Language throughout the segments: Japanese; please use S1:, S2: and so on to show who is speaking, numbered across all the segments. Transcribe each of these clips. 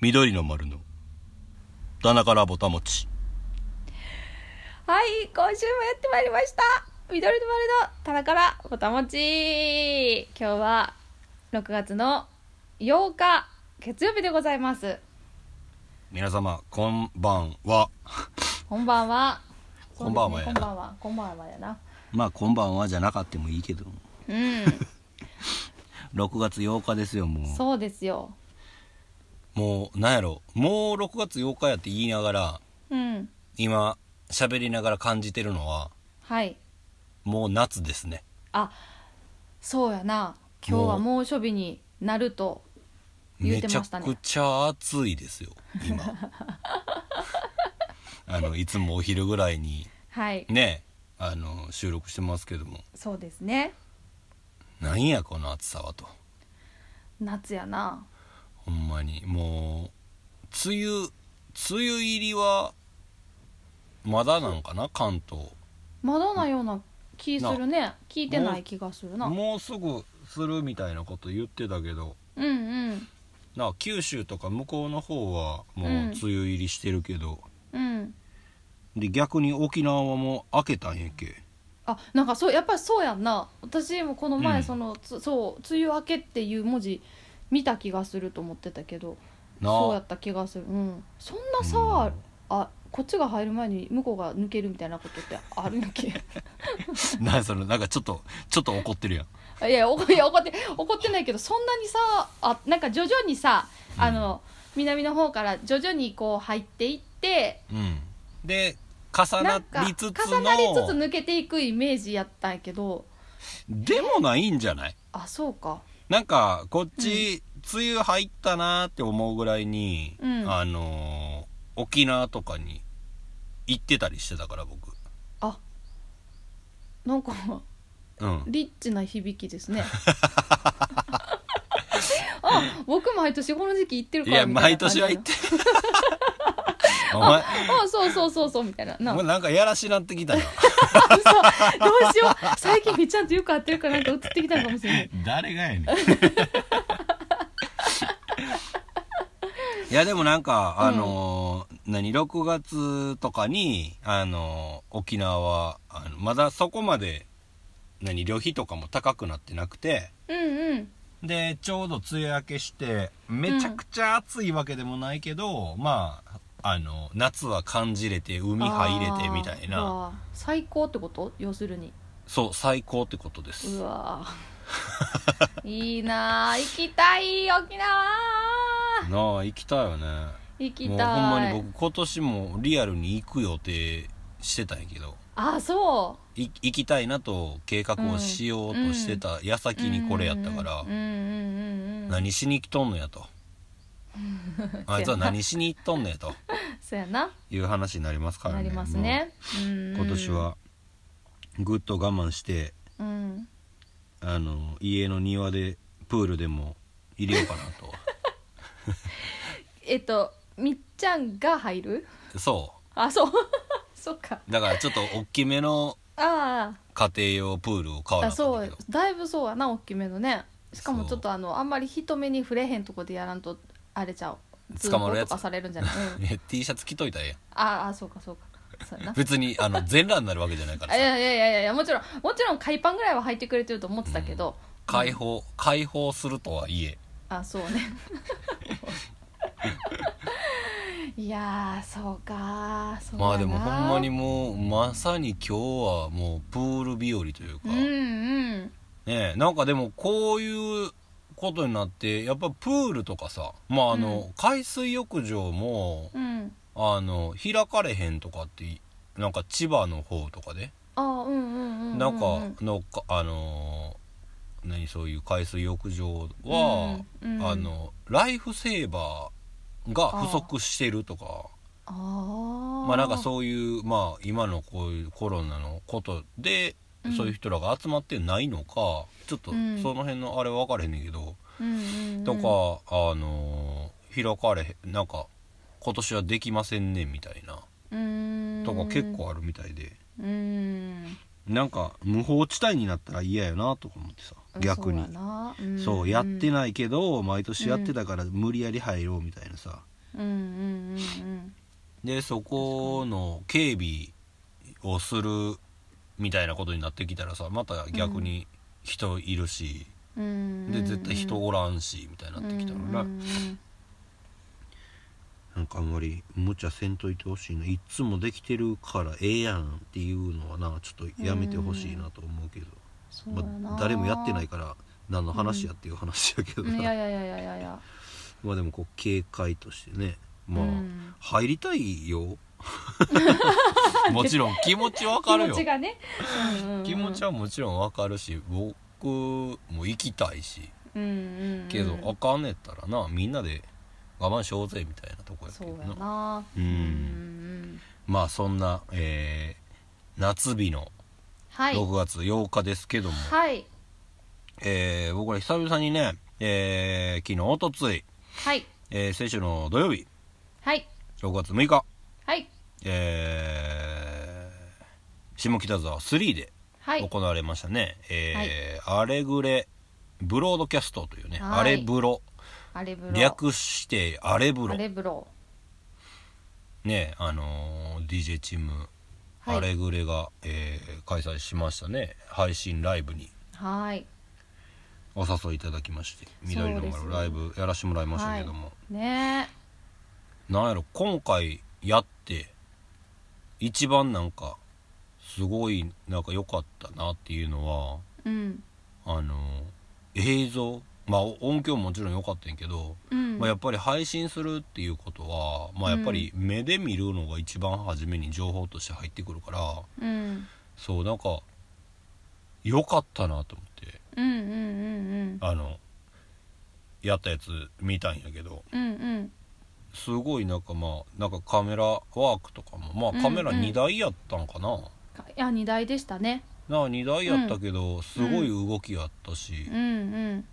S1: 緑の丸の田中らぼたもち
S2: はい、今週もやってまいりました。緑の丸の棚からぼたもち。今日は6月の8日月曜日でございます。
S1: 皆様こんばんは
S2: こんばんは。
S1: こんばんはや
S2: そう
S1: な
S2: ですねこんばんは。こんばんはやな。
S1: まあこんばんはじゃなかってもいいけど
S2: うん。
S1: 6月8日ですよも
S2: そうですよ。
S1: うもうなんやろもう6月8日やって言いながら
S2: うん。
S1: 今喋りながら感じてるのは
S2: はい。
S1: もう夏ですね
S2: あ、そうやな。今日は猛暑日になると言う
S1: め
S2: て
S1: ちゃ
S2: ましたね
S1: くちゃ暑いですよ 今あのいつもお昼ぐらいに
S2: はい。
S1: ねあの収録してますけども
S2: そうですね。
S1: なんやこの暑さはと
S2: 夏やな。
S1: ほんまにもう梅雨梅雨入りはまだなんかな関東
S2: まだなような気するね。聞いてない気がするな。うん
S1: もうすぐするみたいなこと言ってたけど
S2: うん。
S1: なあ九州とか向こうの方はもう
S2: うん
S1: 梅雨入りしてるけど、
S2: うん。
S1: で逆に沖縄はもう明けたんやっけ
S2: あなんかそうやっぱりそうやんな私もこの
S1: う
S2: 前
S1: ん
S2: その、つそう「梅雨明け」っていう文字見た気がすると思ってたけど
S1: な
S2: そうや
S1: あ
S2: った気がするうんそんなさ、あこっちが入る前に向こうが抜けるみたいなことってあるんやっけ
S1: なそのなんかちょっとちょっと怒ってるやん
S2: あいやおいや怒って怒ってないけどそんなにさあなんか徐々にさあの、南の方から徐々にこう入っていって
S1: うんで重
S2: な
S1: なん
S2: か
S1: りつつの
S2: 重なりつつ抜けていくイメージやったんやけど
S1: でもないんじゃない
S2: あそうか
S1: なんかこっち、梅雨入ったなーって思うぐらいに、
S2: うん
S1: あのー沖縄とかに行ってたりしてたから僕
S2: あなんか
S1: うん
S2: リッチな響きです ね。あ、僕毎年この時期行ってる
S1: い
S2: から
S1: や
S2: みたい
S1: 毎
S2: な感
S1: 年
S2: じな
S1: は
S2: の
S1: 行 ってお前
S2: あ、そうそうそうそうみたいな。な
S1: もう
S2: あ
S1: なんかやらしなってきたよ
S2: 嘘どうしよう。最近めっちゃんとよく会ってるからなんか映ってきたのかもしれない。
S1: 誰がやね んいやでもなんかあのー何6月とかにあのー沖縄はあのまだそこまで何旅費とかも高くなってなくて
S2: うんうん。
S1: でちょうど梅雨明けしてめちゃくちゃ暑いわけでもないけど、まああの夏は感じれて海入れてみたい
S2: あ
S1: な
S2: ー。あー最高ってこと要するに。
S1: そう最高ってことで
S2: う
S1: す
S2: わ ーいいなあ行きたい沖縄
S1: なあ行きたいよね
S2: 行き
S1: もうほんま
S2: たい。
S1: に僕今年もリアルに行く予定してたんやけど
S2: あ、そう。
S1: い行きたいなと計画をしようとしてた矢先にこれやったから
S2: うんうんうんうん。
S1: 何しに来とんのや とあいつは何しに行っとんのやと
S2: そうやな。
S1: いう話になりますから
S2: な
S1: ね
S2: りますね。うん
S1: 今年。はぐっと我慢して
S2: うん。
S1: あの家の庭でプールでも入れようかなと
S2: えっと、みっちゃんが入る。
S1: そ
S2: あ、そう。そうか。
S1: うだからちょっと大きめの
S2: あ
S1: 家庭用プールを買
S2: あ。
S1: わな
S2: あ、
S1: かった
S2: そ
S1: けど
S2: う。だいぶそうやな、大きめのね。しかも、
S1: そう
S2: ちょっと、あの、あんまり人目に触れへんとこでやらんと、あれちゃう。
S1: 捕まるやつ
S2: 通報とかされるんじゃない。 うん、
S1: え T シャツ着といたらええやん
S2: ああ、そうか、そうか。そうやな。
S1: 別にあの全裸になるわけじゃないか
S2: あ
S1: ら
S2: い
S1: さ
S2: やいやいやいやもちろんもちろん海パンぐらいは履いてくれてると思ってたけど、
S1: 解放解放するとはいえ
S2: あそうねいやーそうかそうやな
S1: まあでもほんまにもうまさに今日はもうプール日和というか、
S2: うんうん
S1: ねえなんかでもこういうことになってやっぱプールとかさまああの、
S2: う
S1: 海水浴場も
S2: うん
S1: あの開かれへんとかっていなんか千葉の方とかで、
S2: あーうんうんうんうんうん
S1: なんかのかあのー何そういう海水浴場は、
S2: うんうん
S1: あのライフセーバーが不足してるとか
S2: あー
S1: まあなんかそういうまあ今のこういうコロナのことで、
S2: うん
S1: そういう人らが集まってないのかちょっとそ
S2: うん
S1: の辺のあれは分からへんねんけど、
S2: うんうんうん
S1: とかあのー開かれへんなんか今年はできませんねみたいな
S2: うーん
S1: とか結構あるみたいで。
S2: うーん
S1: なんか無法地帯になったら嫌やなとか思ってさ逆に
S2: そうやなうん
S1: そうやって
S2: い
S1: ないけど毎年やってたから無理やり入ろうみたいなさ
S2: うんうんうん
S1: でそこの警備をするみたいなことになってきたらさまた逆に人いるし、
S2: うんうんうん
S1: で絶対人おらんしみたいになってきたらな、
S2: うんうん
S1: なんかあんまり無茶せんといてほしいないっつもできてるからええやんっていうのはなちょっとやめてほしいなと思うけど、
S2: そうやな
S1: まあ、誰もやってないから何の話やっていう話やけど
S2: うんい
S1: な、
S2: やいやいやいやいやいや
S1: まあでもこう警戒としてねまあ、
S2: うん
S1: 入りたいよ もちろん気持ちわかるよ
S2: 気持ちがねうんうんうん
S1: 気持ちはもちろんわかるし僕も行きたいし
S2: うんうんうん
S1: けど、あかんねったらなみんなで我慢しようぜみたいなとこやけ
S2: そう
S1: ど
S2: や
S1: な
S2: な
S1: うん
S2: ん
S1: まあそんな、えー夏日の
S2: はい
S1: 6月8日ですけども、
S2: はい
S1: えー僕ら久々にね、えー昨日おとつい、
S2: はい
S1: えー先週の土曜日
S2: はい
S1: 6月6日、
S2: はい
S1: えー下北沢3で
S2: はい
S1: 行われましたね、えーアレグレブロードキャストというね、
S2: はい
S1: アレブロ
S2: アレブロ
S1: 略してアレブロ
S2: アレブロ
S1: ねあのー DJ チーム
S2: はい
S1: アレグレが、えー開催しましたね配信ライブに
S2: はい
S1: お誘いいただきまして緑の
S2: そう
S1: 丸
S2: ですね
S1: ライブやらしてもらいましたけども、
S2: ね
S1: なんやろ今回やって一番なんかすごいなんか良かったなっていうのは
S2: えうん
S1: あの映像まあ音響ももちろん良かったんやけど、
S2: うん
S1: まあ、やっぱり配信するっていうことは、まあ、やっぱり目で見るのが一番初めに情報として入ってくるから
S2: うん
S1: そうなんか良かったなと思って
S2: うんうんうん
S1: あのやったやつ見たんやけど
S2: うんうんうん
S1: すごいなんかまあなんかカメラワークとかもまあカメラ
S2: うんうん
S1: 2台やったんかな、
S2: かいや二台でしたね
S1: なあ2台やったけど、すごい動きやったし
S2: う、んうん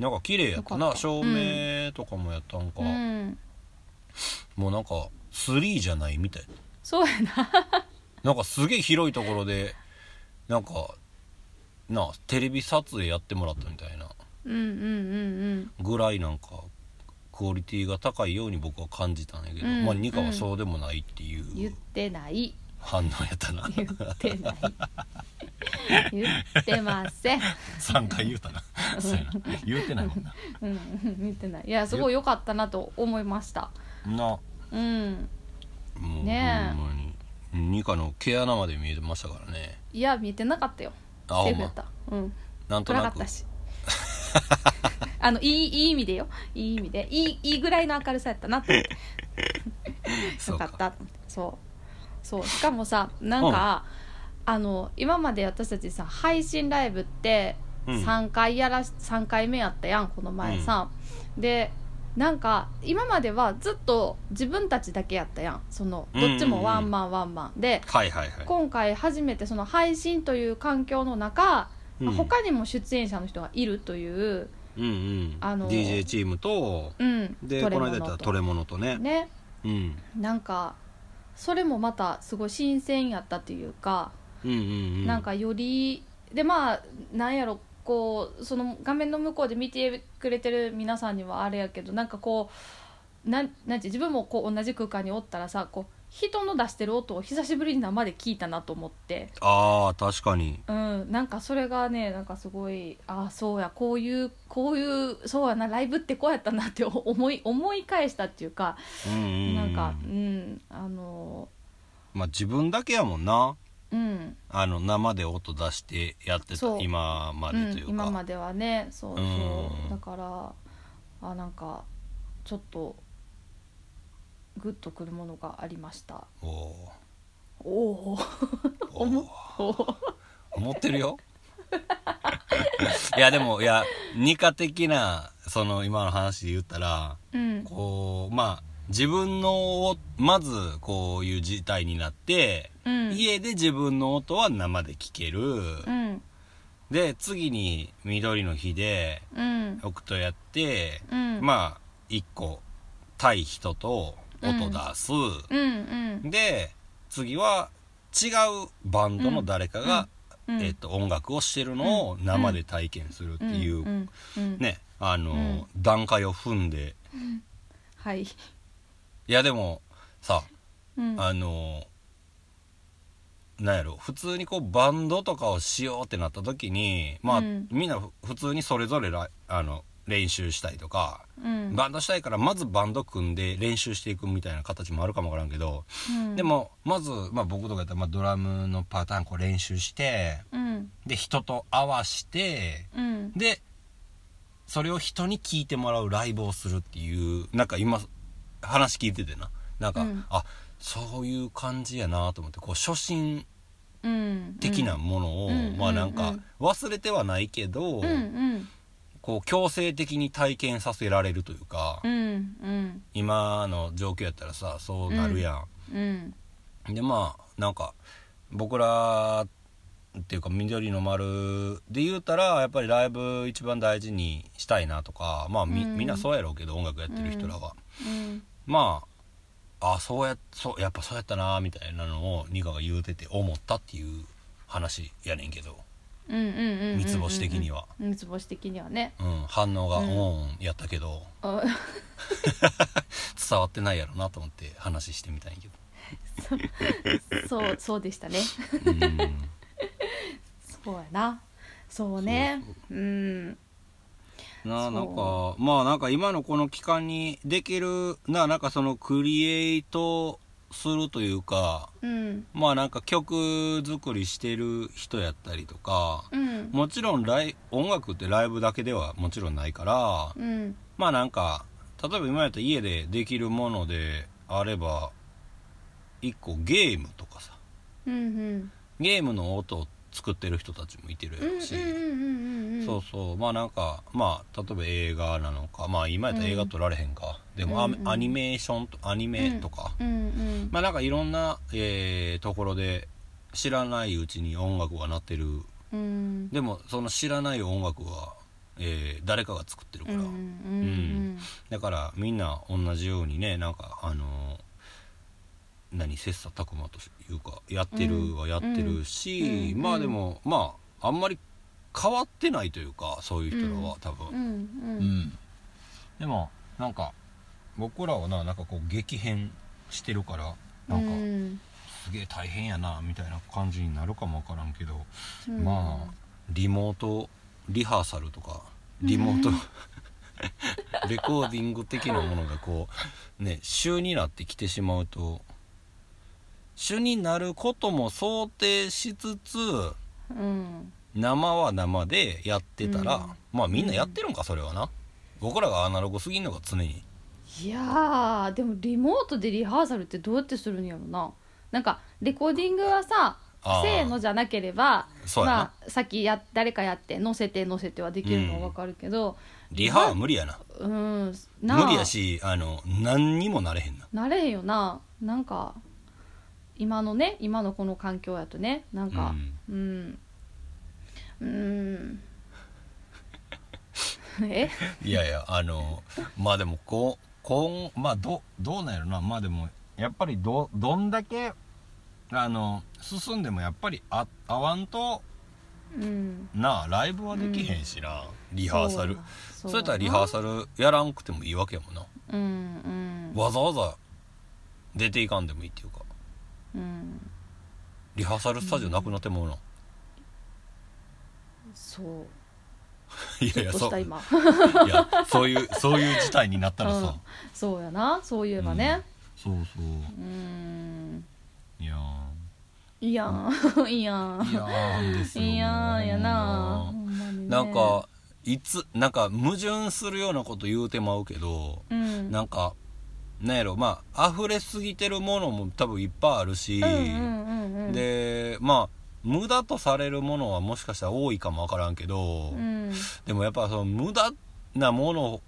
S1: なんか綺麗やったな
S2: よかった
S1: 照明とかもやったんか、
S2: うん
S1: もうなんか3じゃないみたい
S2: そうやな
S1: なんかすげえ広いところでなんかなあテレビ撮影やってもらったみたいな
S2: うんうんうん
S1: ぐらいなんかクオリティが高いように僕は感じたんやけど、
S2: うん
S1: まあニカはそうでもないってい
S2: うん言っ
S1: う
S2: てない
S1: 反応やった な
S2: 言ってない言ってません
S1: 3回言うた なそうやな言うてないもんな
S2: うんうん言ってないいやすごい良かったなと思いました
S1: な
S2: うん
S1: もう、
S2: ね
S1: ほ
S2: え
S1: んまにニカの毛穴まで見えてましたからね
S2: いや見えてなかったよ
S1: あほ
S2: セー
S1: ん
S2: フや
S1: ま
S2: ったうん
S1: なんと
S2: 暗か
S1: な
S2: っ
S1: く
S2: たしあのいいいい意味でよいい意味でいいいいぐらいの明るさやったなと思って
S1: そ
S2: よ
S1: う
S2: か
S1: か
S2: ったそうそうしかもさなんか、あの今まで私たちさ配信ライブって
S1: うん
S2: 3回やらし、3回目やったやんこの前さ、でなんか今まではずっと自分たちだけやったやんそのどっちもワンマンワンマンで、
S1: はいはいはい
S2: 今回初めてその配信という環境の中、
S1: うん
S2: 他にも出演者の人がいるという、
S1: うんうん
S2: あの
S1: DJ チームと
S2: うん、
S1: で
S2: ト
S1: こ
S2: レ
S1: の
S2: モ
S1: 間や
S2: ノ
S1: ったら
S2: と
S1: トレモノとね
S2: ね
S1: うん
S2: なんかそれもまたすごい新鮮やったというか、
S1: うんうんうん
S2: なんかよりでまあなんやろこうその画面の向こうで見てくれてる皆さんにはあれやけどなんかこうなんなんて自分もこう同じ空間におったらさこう人の出してる音を久しぶりに生で聞いたなと思って。
S1: ああ確かに
S2: うん、なんかそれがねなんかすごいああそうやこういうこういうそうやなライブってこうやったなって思い思い返したっていうか、
S1: うんうんうん
S2: なんかうんあの
S1: まあ自分だけやもんな
S2: うん、
S1: あの生で音出してやってた
S2: そう
S1: 今ま
S2: う
S1: でとい
S2: ん、
S1: う
S2: 今
S1: か
S2: まではねそうそう、
S1: うん
S2: だからあなんかちょっとグッとくるものがありました
S1: おお
S2: おー
S1: ーお
S2: 思っ
S1: ー
S2: おー
S1: 思ってるよいやでもいや二課的なその今の話で言ったら
S2: うん
S1: こうまあ自分のをまずこういう事態になって、
S2: うん
S1: 家で自分の音は生で聞ける、
S2: うん
S1: で次に緑の日で
S2: うん
S1: 僕とやって、
S2: うん
S1: まあ一個対人と音出す、
S2: うんうん
S1: で次は違うバンドの誰かが
S2: うん
S1: えっと音楽をしてるのを生で体験するっていう、
S2: んうん
S1: ねあの、段階を踏んで
S2: はい、
S1: いやでもさ
S2: うん、
S1: あのなんやろ普通にこうバンドとかをしようってなった時にまあ、
S2: うん
S1: みんな普通にそれぞれらあの練習したりとか、
S2: うん
S1: バンドしたいからまずバンド組んで練習していくみたいな形もあるかもわからんけど、で、もまず、まあ、僕とかやったら、まあ、ドラムのパターンこう練習して
S2: うん
S1: で人と合わして
S2: うん、
S1: でそれを人に聞いてもらうライブをするっていうなんか今話聞いててななんか、
S2: うん
S1: あそういう感じやなと思ってこう初心
S2: うん、
S1: 的なものを、
S2: うん
S1: まあなん
S2: う
S1: か
S2: ん
S1: 忘れてはないけど、
S2: うんうん
S1: こう強制的に体験させられるというか、
S2: うんうん
S1: 今の状況やったらさそうなるや
S2: うん
S1: ん。でまあなんか僕らっていうか緑の丸で言うたらやっぱりライブ一番大事にしたいなとかまあみ,、
S2: うん
S1: ん、みんなそうやろうけど音楽やってる人らは、
S2: うん
S1: まああそうやそうやっぱそうやったなみたいなのをニカが言うてて思ったっていう話やねんけど、
S2: うんうんうんうんうん
S1: 三つ星的には
S2: 三つ星的にはね
S1: うん、反応が「
S2: う
S1: うんん」やったけど
S2: あ
S1: 伝わってないやろなと思って話してみたんやけ
S2: そうそうでしたね
S1: ど、うん、
S2: そうやなそうねうん
S1: な
S2: そ
S1: あ
S2: う
S1: なんかまあなんか今のこの期間にできるなあなんかそのクリエイトするというか
S2: うん
S1: まあなんか曲作りしてる人やったりとか
S2: うん
S1: もちろんライ音楽ってライブだけではもちろんないから
S2: うん
S1: まあなんか例えば今やったら家でできるものであれば一個ゲームとかさ
S2: うんうん
S1: ゲームの音を作ってる人たちもいてるや
S2: うんうん
S1: ろし、
S2: うんうん
S1: そうそうまあなんかまあ例えば映画なのかまあ今やったら映画撮られへんか、でもア,、
S2: うんうん
S1: アニメーションとアニメとか、
S2: うんうん
S1: まあなんかいろんな、えーところで知らないうちに音楽が鳴ってる
S2: うん
S1: でもその知らない音楽は、えー誰かが作ってる
S2: う
S1: か
S2: ん
S1: ら、
S2: うん
S1: だからみんな同じようにねなんかあのー何切磋琢磨というかやってるはやってるし、
S2: うんうん
S1: まあでもまああんまり変わってないというかそういう人らは多分、
S2: うんうん
S1: う
S2: うん
S1: ん、でもなんか僕らはななんかこう激変してるからなんか
S2: ん
S1: すげえ大変やなみたいな感じになるかもわからんけど、
S2: うん
S1: まあリモートリハーサルとかリモートレコーディング的なものがこうね週になってきてしまうと週になることも想定しつつ
S2: うん
S1: 生は生でやってたら、
S2: うん
S1: まあみんなやってるんかそれはな僕らがアナログすぎんのが常に
S2: いやーでもリモートでリハーサルってどうやってするんやろななんかレコーディングはさ
S1: あー
S2: せーのじゃなければ
S1: そうやな
S2: まあ、さっきや誰かやって乗せて乗せてはできるのはわかるけど
S1: リハは無理やな
S2: うんなあ
S1: 無理やしあの何にもなれへんな
S2: なれへんよななんか今のね今のこの環境やとねなんかうんうん え
S1: いやいやあのまあでもこうこうまあどどうなんやろなまあでもやっぱりどどんだけあの進んでもやっぱりあ合わんと
S2: うん
S1: なあライブはできへんしな、リハーサルそ
S2: そ
S1: うれやったらリハーサルやらんくてもいいわけやもんな、
S2: ルうん
S1: わざわざ出ていかんでもいいっていうか
S2: うんうん
S1: リハーサルスタジオなくなってもうな、
S2: そう
S1: いやい
S2: ちょ
S1: や
S2: っ
S1: そ
S2: とし
S1: う
S2: た
S1: い
S2: 今
S1: やそういうそういう事態になったらさ、
S2: そうやなそういえばね
S1: そうそう
S2: うん
S1: いや
S2: いいやんいいやん
S1: ー いやーですよ
S2: いいやんやなほまにね
S1: なんかいつなんか矛盾するようなこと言うてまうけど、
S2: うん
S1: なんかなんやろまあ溢れすぎてるものも多分いっぱいあるし、
S2: うんうんうんうん
S1: でまあ無駄とされるものはもしかしたら多いかもわからんけど、
S2: うん
S1: でもやっぱその無駄なもの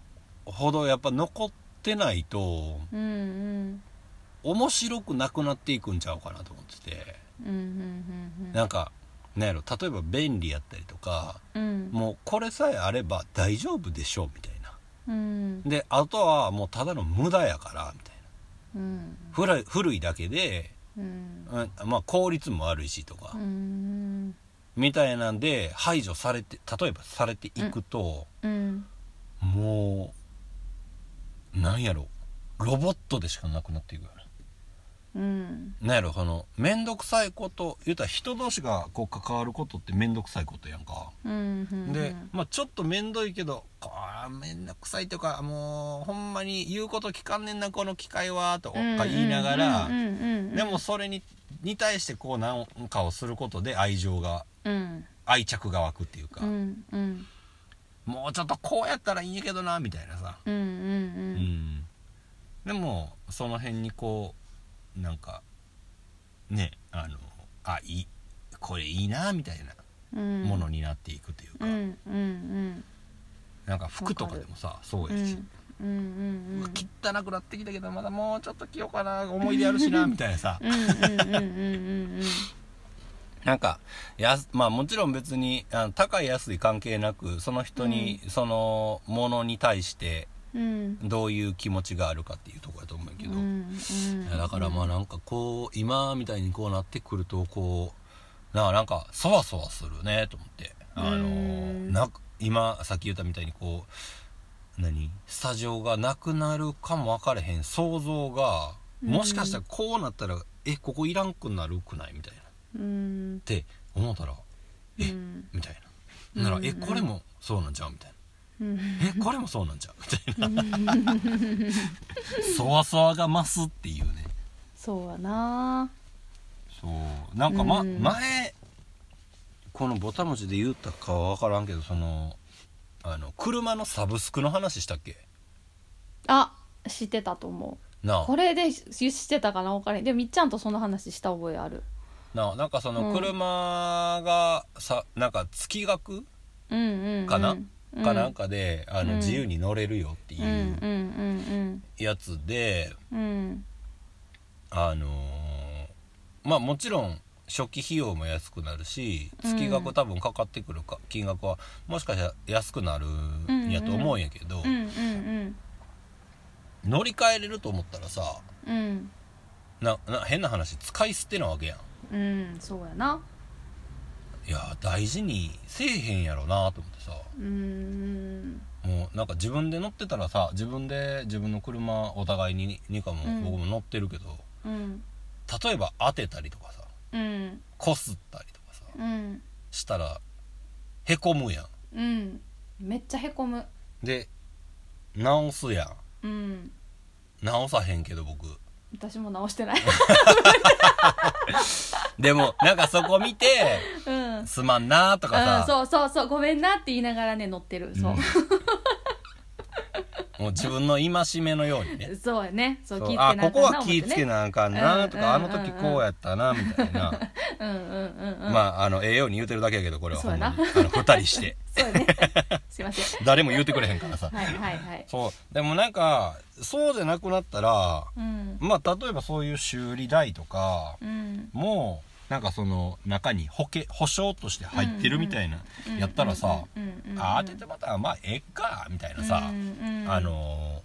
S1: ほどやっぱ残ってないと
S2: うんうん
S1: 面白くなくなっていくんちゃうかなと思ってて、
S2: うんうん
S1: なんかなんやろ例えば便利やったりとか
S2: うんうん
S1: もうこれさえあれば大丈夫でしょうみたいな
S2: うん
S1: であとはもうただの無駄やからみたいな
S2: うん
S1: 古い古いだけで、
S2: うん
S1: うんまあ効率も悪いしと
S2: う
S1: か、
S2: ん
S1: みたいなんで排除されて例えばされていくと、
S2: うん
S1: もうなんやろロボットでしかなくなっていくよね
S2: うん
S1: なんやろその面倒くさいこと言うたら人同士がこう関わることって面倒くさいことやんか、
S2: うんうん
S1: で、まあ、ちょっと面倒いけどこら面倒くさいというかもうほんまに言うこと聞かんねんなこの機会はとか言いながら、
S2: うんうんうんうん
S1: でもそれにに対してこう何かをすることで愛情が
S2: うん
S1: 愛着が湧くっていうか、
S2: うんうん
S1: もうちょっとこうやったらいいんやけどなみたいなさ、
S2: うんうん
S1: う
S2: うん
S1: んでもその辺にこうなんかねあのあいいこれいいなみたい
S2: うん
S1: なものになっていくというか、
S2: うんうんうん
S1: なんか服とかでもさそう
S2: う
S1: やし、
S2: んうんうん
S1: うわ汚くなってきたけどまだもうちょっと着ようかな思い出あるし なみたいなさ
S2: うんうんうんうん
S1: なんかやすまあもちろん別にあの高い安い関係なくその人に、そのものに対して
S2: うんうん
S1: どういう気持ちがあるかっていうところだと思うけど、
S2: うんうん
S1: いやだからまあなんかこう今みたいにこうなってくるとこうななんかそわそわするねと思ってあの
S2: うん
S1: な今さっき言ったみたいにこう何スタジオがなくなるかも分かれへん想像がもしかしたらこうなったら、えここいらんくなるくないみたいなっ
S2: うん
S1: て思ったらえ
S2: うん
S1: みたいななら、
S2: うん
S1: えこれもそうなんちゃうみたいな
S2: うん
S1: えこれもそうなんちゃうみたいな そわそわが増すっていうね
S2: そうやな
S1: そうなんか、ま
S2: うん
S1: 前このぼたもちで言ったかは分からんけどそのあの車のサブスクの話したっけ
S2: あ知ってたと思う
S1: なあ
S2: これで知ってたかなお金でもみっちゃんとその話した覚えある
S1: なあなんかそうの
S2: ん
S1: 車がさなんか月額
S2: うんうんうん
S1: かな
S2: うん
S1: かなんかで、あ
S2: う
S1: の
S2: ん
S1: 自由に乗れるよって
S2: うんうん
S1: いうやつで、
S2: うんうん
S1: あのーまあもちろん初期費用も安くなるし
S2: うん
S1: 月額多分かかってくるか金額はもしかしたら安くなるんやと思うんやけど、
S2: うんうんうん
S1: 乗り換えれると思ったらさ
S2: うん
S1: なな変な話使い捨てなわけやん
S2: うんそうやない
S1: やー大事にせえへんやろなと思ってさ
S2: うん
S1: もうなんか自分で乗ってたらさ自分で自分の車お互いにニカも
S2: うん
S1: 僕も乗ってるけど、
S2: うん
S1: 例えば当てたりとかさ
S2: うん
S1: こすったりとかさ
S2: うん
S1: したらへこむやん
S2: うんめっちゃへこむ
S1: で直すやん
S2: うん
S1: 直さへんけど僕
S2: 私も直してない
S1: でもなんかそこ見て
S2: うんうん
S1: すまんなーとかさ、
S2: そうそうそうごめんなって言いながらね乗ってるそう、
S1: もう自分の戒めのようにね
S2: そうやねそう
S1: そ
S2: 気
S1: う
S2: ぃ
S1: あ
S2: つけなあか
S1: ここ
S2: んな
S1: は
S2: 思っ
S1: 気
S2: てね
S1: ぃつけなあかんなとか、
S2: うんうんうんうん
S1: あの時こうやったなみたいな、
S2: うんうんうんうん
S1: まああのええように言うてるだけやけどこれは
S2: そう
S1: ほ
S2: や
S1: んま
S2: な
S1: にあの2人して
S2: そうやね すいません
S1: 誰も言うてくれへんから さ、
S2: はいはいはい
S1: そうでもなんかそうじゃなくなったら
S2: うん
S1: まあ例えばそういう修理代とか
S2: うん
S1: もなんかその中に保険保証として入ってるみたいな、
S2: うん
S1: やったらさ、
S2: うんうんうん
S1: あ当ててまたらまあええかみたいなさ、
S2: うんうん
S1: あの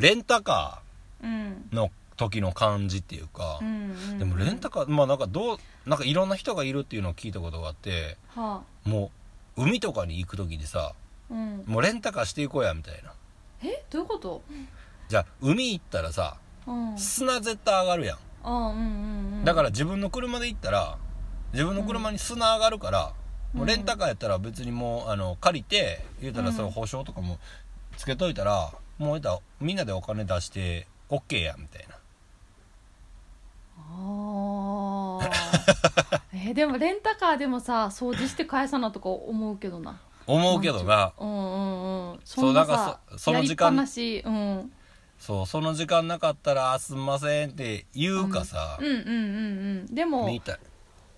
S1: ーレンタカ
S2: うん
S1: ーの時の感じっていうか、
S2: うんうん
S1: でもレンタカーまあなんかどうなんかいろんな人がいるっていうのを聞いたことがあって
S2: は
S1: もう海とかに行く時にさ
S2: あうん
S1: もうレンタカーしていこうやみたいな
S2: えどういうこと
S1: じゃあ海行ったらさ
S2: うん
S1: 砂絶対上がるやん
S2: あうんうんうん
S1: だから自分の車で行ったら自分の車に砂上がるから、
S2: うん
S1: もうレンタカーやったら別にもうあの借りて言うたらそうの
S2: ん
S1: 保証とかもつけといたら、もう言うたらみんなでお金出して OK やみたいな
S2: あ あえーでもレンタカーでもさ掃除して返さなとか思うけどな
S1: 思うけどな
S2: うんうんうん
S1: そうん
S2: な
S1: だから
S2: さ
S1: そその時間
S2: やりっぱなし、うん、うん
S1: そうその時間なかったらあすんませんって言うかさ、
S2: うんうんうんでも
S1: みたい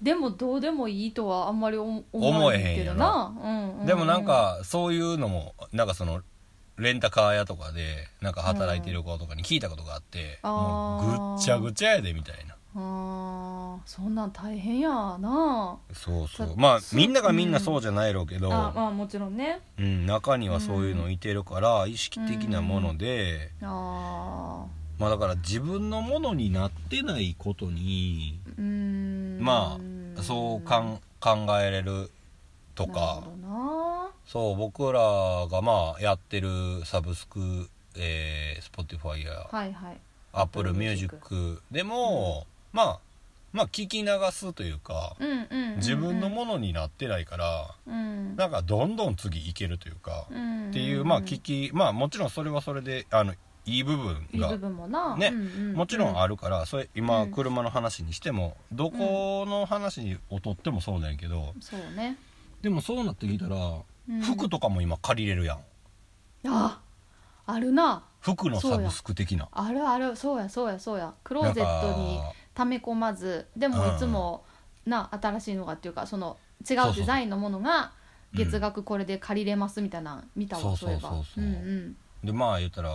S2: でもどうでもいいとはあんまり思思えへんけどなうんうんうん
S1: でもなんかそういうのもなんかそのレンタカー屋とかでなんか働いてる子とかに聞いたことがあって、
S2: うん
S1: もうぐっちゃぐちゃやでみたいな
S2: あーそんなん大変やな
S1: そうそう
S2: だ
S1: まあ
S2: そう
S1: みんながみんなそうじゃないろうけど、
S2: あまあもちろんね
S1: うん、中にはそういうのいてるから、意識的なもので、
S2: あ
S1: まあだから自分のものになってないことに
S2: ーうーん
S1: まあそうかん考えれると
S2: なる
S1: か
S2: ほどな
S1: そう僕らがまあやってるサブスク、えー、Spotify や
S2: はいはい
S1: Apple Music でも、まあまあ聞き流すというか、
S2: うんうんうんうん
S1: 自分のものになってないから
S2: うん
S1: なんかどんどん次いけるというか、
S2: うん
S1: っていうまあ聞きまあもちろんそれはそれであのいい部分
S2: いい部
S1: が
S2: 分もな
S1: ね
S2: うんう
S1: もちろんあ
S2: る
S1: るから、それ今
S2: うん
S1: 車の話にしてもどこの話をとってもそうなんやけど、
S2: そうね
S1: でもそうなってきたら、
S2: うん
S1: 服とかも今借りれるやん
S2: ああるな
S1: 服のサブスク的な。
S2: あるあるそうやそうやそうやクローゼットに
S1: なんか
S2: 溜め込まずでも
S1: うん
S2: いつもな新しいのがっていうかその
S1: そ
S2: 違
S1: うそう
S2: うデザインのものが
S1: うん
S2: 月額これで借りれますみたいなの見た
S1: そ
S2: わ
S1: う
S2: そ
S1: そ
S2: ういえ
S1: う
S2: ば
S1: そうそう
S2: うん
S1: でまあ言ったら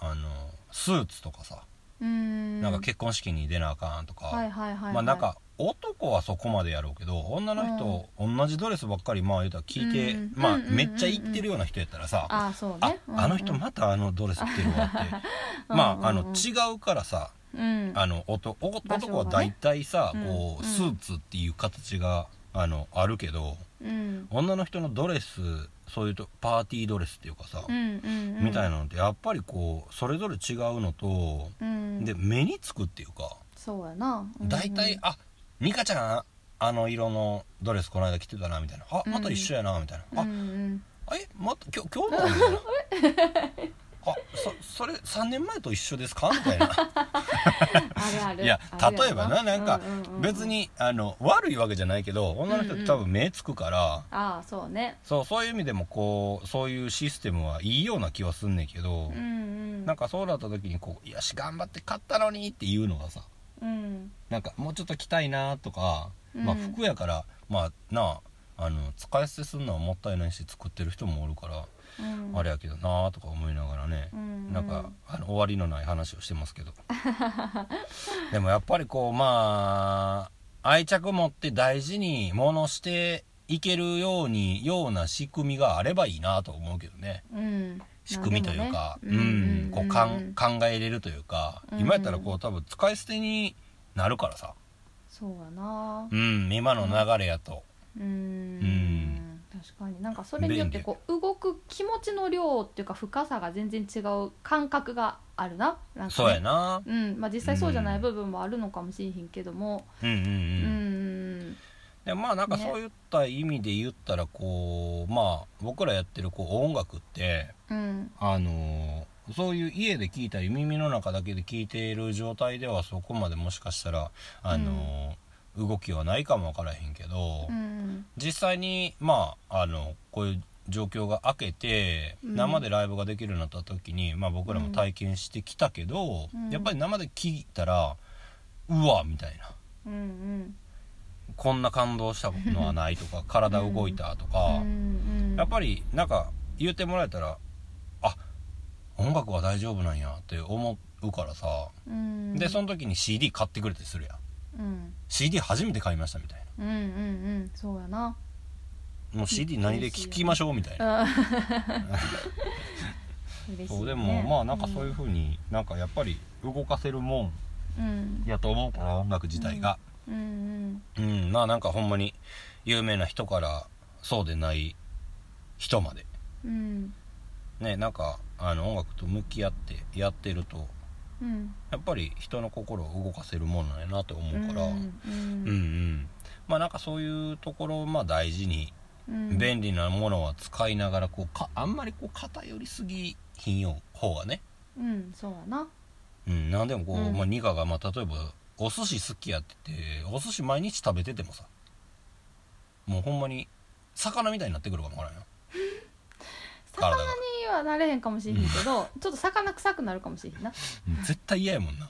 S1: あのスーツとかさ、
S2: うんうーん
S1: なんか結婚式に出なあかんとか、
S2: はいはいはいはい
S1: まあなんか男はそこまでやろうけど女の人、同じドレスばっかりまあ言うたら聞いて、
S2: うん
S1: まあ、
S2: うんうんうんうん
S1: めっちゃ行ってるような人やったらさ、
S2: あそうね
S1: あ
S2: うんうん
S1: あの人またあのドレス着てるわ ってまああの違うからさ
S2: うん
S1: あのおとお
S2: 場所
S1: 男
S2: が
S1: は
S2: ね
S1: 大体さ、
S2: うん
S1: こ
S2: うん
S1: うスーツっていう形があのあるけど
S2: うん
S1: 女の人のドレスそういうとパーティードレスっていうかさ、
S2: うんうんうん
S1: みたいなのってやっぱりこうそれぞれ違うのと、
S2: うん
S1: で目につくっていうか
S2: そうやなうんうん
S1: 大体、あニカちゃんあの色のドレスこの間着てたなみたいなあ
S2: うん
S1: また一緒やなみたいな、
S2: うんうん
S1: あえまた今日今日もみ たいなあそそれ3年前と一緒ですかみたいな
S2: あるある
S1: いや
S2: ある
S1: 例えばななんか
S2: う ううんうん
S1: 別にあの悪いわけじゃないけど女の人って多分目つくから、
S2: ああそうね
S1: そうそういう意味でもこうそういうシステムはいいような気はすんねんけど、
S2: うんうん
S1: なんかそうなった時にこう「よし頑張って買ったのに」っていうのがさ
S2: うん
S1: なんかもうちょっと着たいなとか、まあ
S2: うん
S1: 服やからまあなああの使い捨てするのはもったいないし作ってる人もおるから、
S2: うん
S1: あれやけどなとか思いながらね
S2: う、ん
S1: なんかあの終わりのない話をしてます けどでもやっぱりこうまあ愛着持って大事に物していけるようにような仕組みがあればいいなと思うけどね
S2: うん
S1: 仕組みというか、
S2: まあでもね
S1: うんこうか
S2: うんうんん
S1: 考えれるというか、
S2: うん
S1: 今やったらこう多分使い捨てになるからさ、
S2: そうやな
S1: うん、今の流れやと、
S2: うん
S1: ん
S2: 確かになんかそれによってこう動く気持ちの量っていうか深さが全然違う感覚があるななんかね
S1: そうやな、
S2: うんまあ実際そうじゃない部分もあるのかもしれへんけども
S1: うんうんう
S2: う
S1: ん、
S2: んうん
S1: でまあなんか
S2: ね
S1: そういった意味で言ったらこう、まあ僕らやってるこう音楽って
S2: うん
S1: あのーそういう家で聞いたり耳の中だけで聞いている状態ではそこまでもしかしたらあのー動きはないかもわからへんけど、
S2: うん
S1: 実際にまああのこういう状況が明けて
S2: うん
S1: 生でライブができるようになった時に、まあ、僕らも体験してきたけど、
S2: うん
S1: やっぱり生で聞いたらうわみたいな
S2: うんうん
S1: こんな感動したのはないとか体動いたとか、やっぱりなんか言ってもらえたらあ音楽は大丈夫なんやって思うからさ、
S2: り、うん、
S1: でその時に CD 買ってくれてするやん
S2: うん、
S1: CD 初めて買いましたみたい
S2: うんうんうんそうやな
S1: なもう CD 何で聴きましょうみたいな。
S2: 嬉しい、ね、
S1: そうでも、まあなんかそういうふうになんかやっぱり動かせるもん
S2: うん
S1: やと思うから音楽自体が、
S2: うんうん
S1: うんまあなんかほんまに有名な人からそうでない人まで
S2: うん
S1: ねなんかあの音楽と向き合ってやってると
S2: うん
S1: やっぱり人の心を動かせるもんなんやなと思うから、
S2: う
S1: うん
S2: んうん
S1: うんまあなんかそういうところをまあ大事に
S2: うん
S1: 便利なものは使いながらこうかあんまりこう偏りすぎひんよ方がね
S2: うんそうやな
S1: うん、なんでもこう、
S2: うん
S1: まあ、ニカが、まあ、例えばお寿司好きやっててお寿司毎日食べててもさもうほんまに魚みたいになってくるかもわからんよ
S2: 魚
S1: 体が
S2: にはなれへんかもしれへんけどちょっと魚臭くなるかもしれへんな
S1: うん絶対嫌やもんな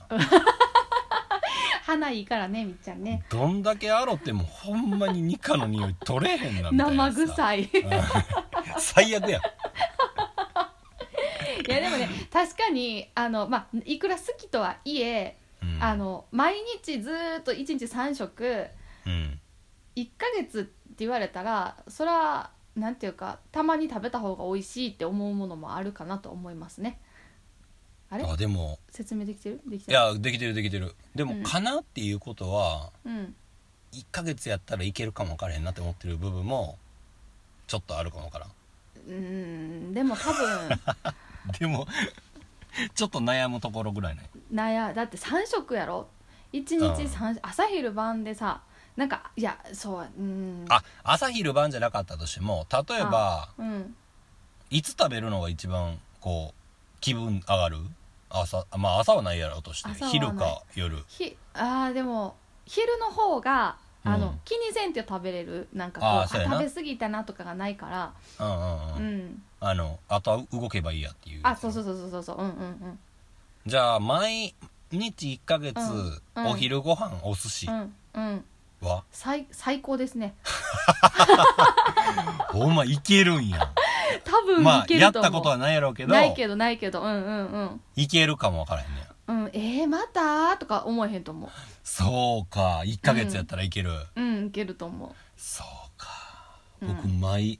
S2: 花いいからねみっちゃんね
S1: どんだけ洗ってもほんまにニカの匂い取れへんなみたい
S2: 生
S1: なさ
S2: 臭いい
S1: うん 最悪や
S2: やでもね確かにあのまあいくら好きとはいえ
S1: うん
S2: あの毎日ずーっと1日3食
S1: うん
S2: 1ヶ月って言われたらそらなんていうかたまに食べた方が美味しいって思うものもあるかなと思いますねあれ
S1: あでも
S2: 説明できてるできて
S1: い
S2: る
S1: やできてるできてるでも、
S2: うん
S1: かなっていうことは
S2: うん
S1: 1ヶ月やったらいけるかもわからへんなって思ってる部分もちょっとあるかもわからん
S2: うーんでも多分
S1: でもちょっと悩むところぐらいね
S2: なやだって3食やろ1
S1: う
S2: 日
S1: ん
S2: 三食朝昼晩でさなんかいやそううーん
S1: あ朝昼晩じゃなかったとしても例えば
S2: うん
S1: いつ食べるのが一番こう気分上がる朝まあ朝はないやろうとして
S2: 朝はない
S1: 昼か夜
S2: ひあーでも昼の方があの、
S1: うん
S2: 気にせんって食べれるなんかこう
S1: あー
S2: あ
S1: そうやな
S2: 食べ過ぎたなとかがないから
S1: うんうん
S2: う
S1: うん、
S2: ん
S1: あのあとは動けばいいやっていう
S2: あそうそうそうそうそうそううんうんうん
S1: じゃあ毎日1ヶ月、
S2: うんうん
S1: お昼ご飯お寿司
S2: うんうん
S1: は、
S2: 最最高ですね
S1: お前いけるんや
S2: 多分
S1: ま
S2: い
S1: あ
S2: け
S1: やっ
S2: ると思う、
S1: たことはないやろうけど
S2: ないけどないけどうんうんうん
S1: いけるかもわからへんね
S2: うんえー、またとか思えへんと思う
S1: そうか1ヶ月やったらいける、
S2: うんい けると思
S1: そうか
S2: う、うん、
S1: 僕毎、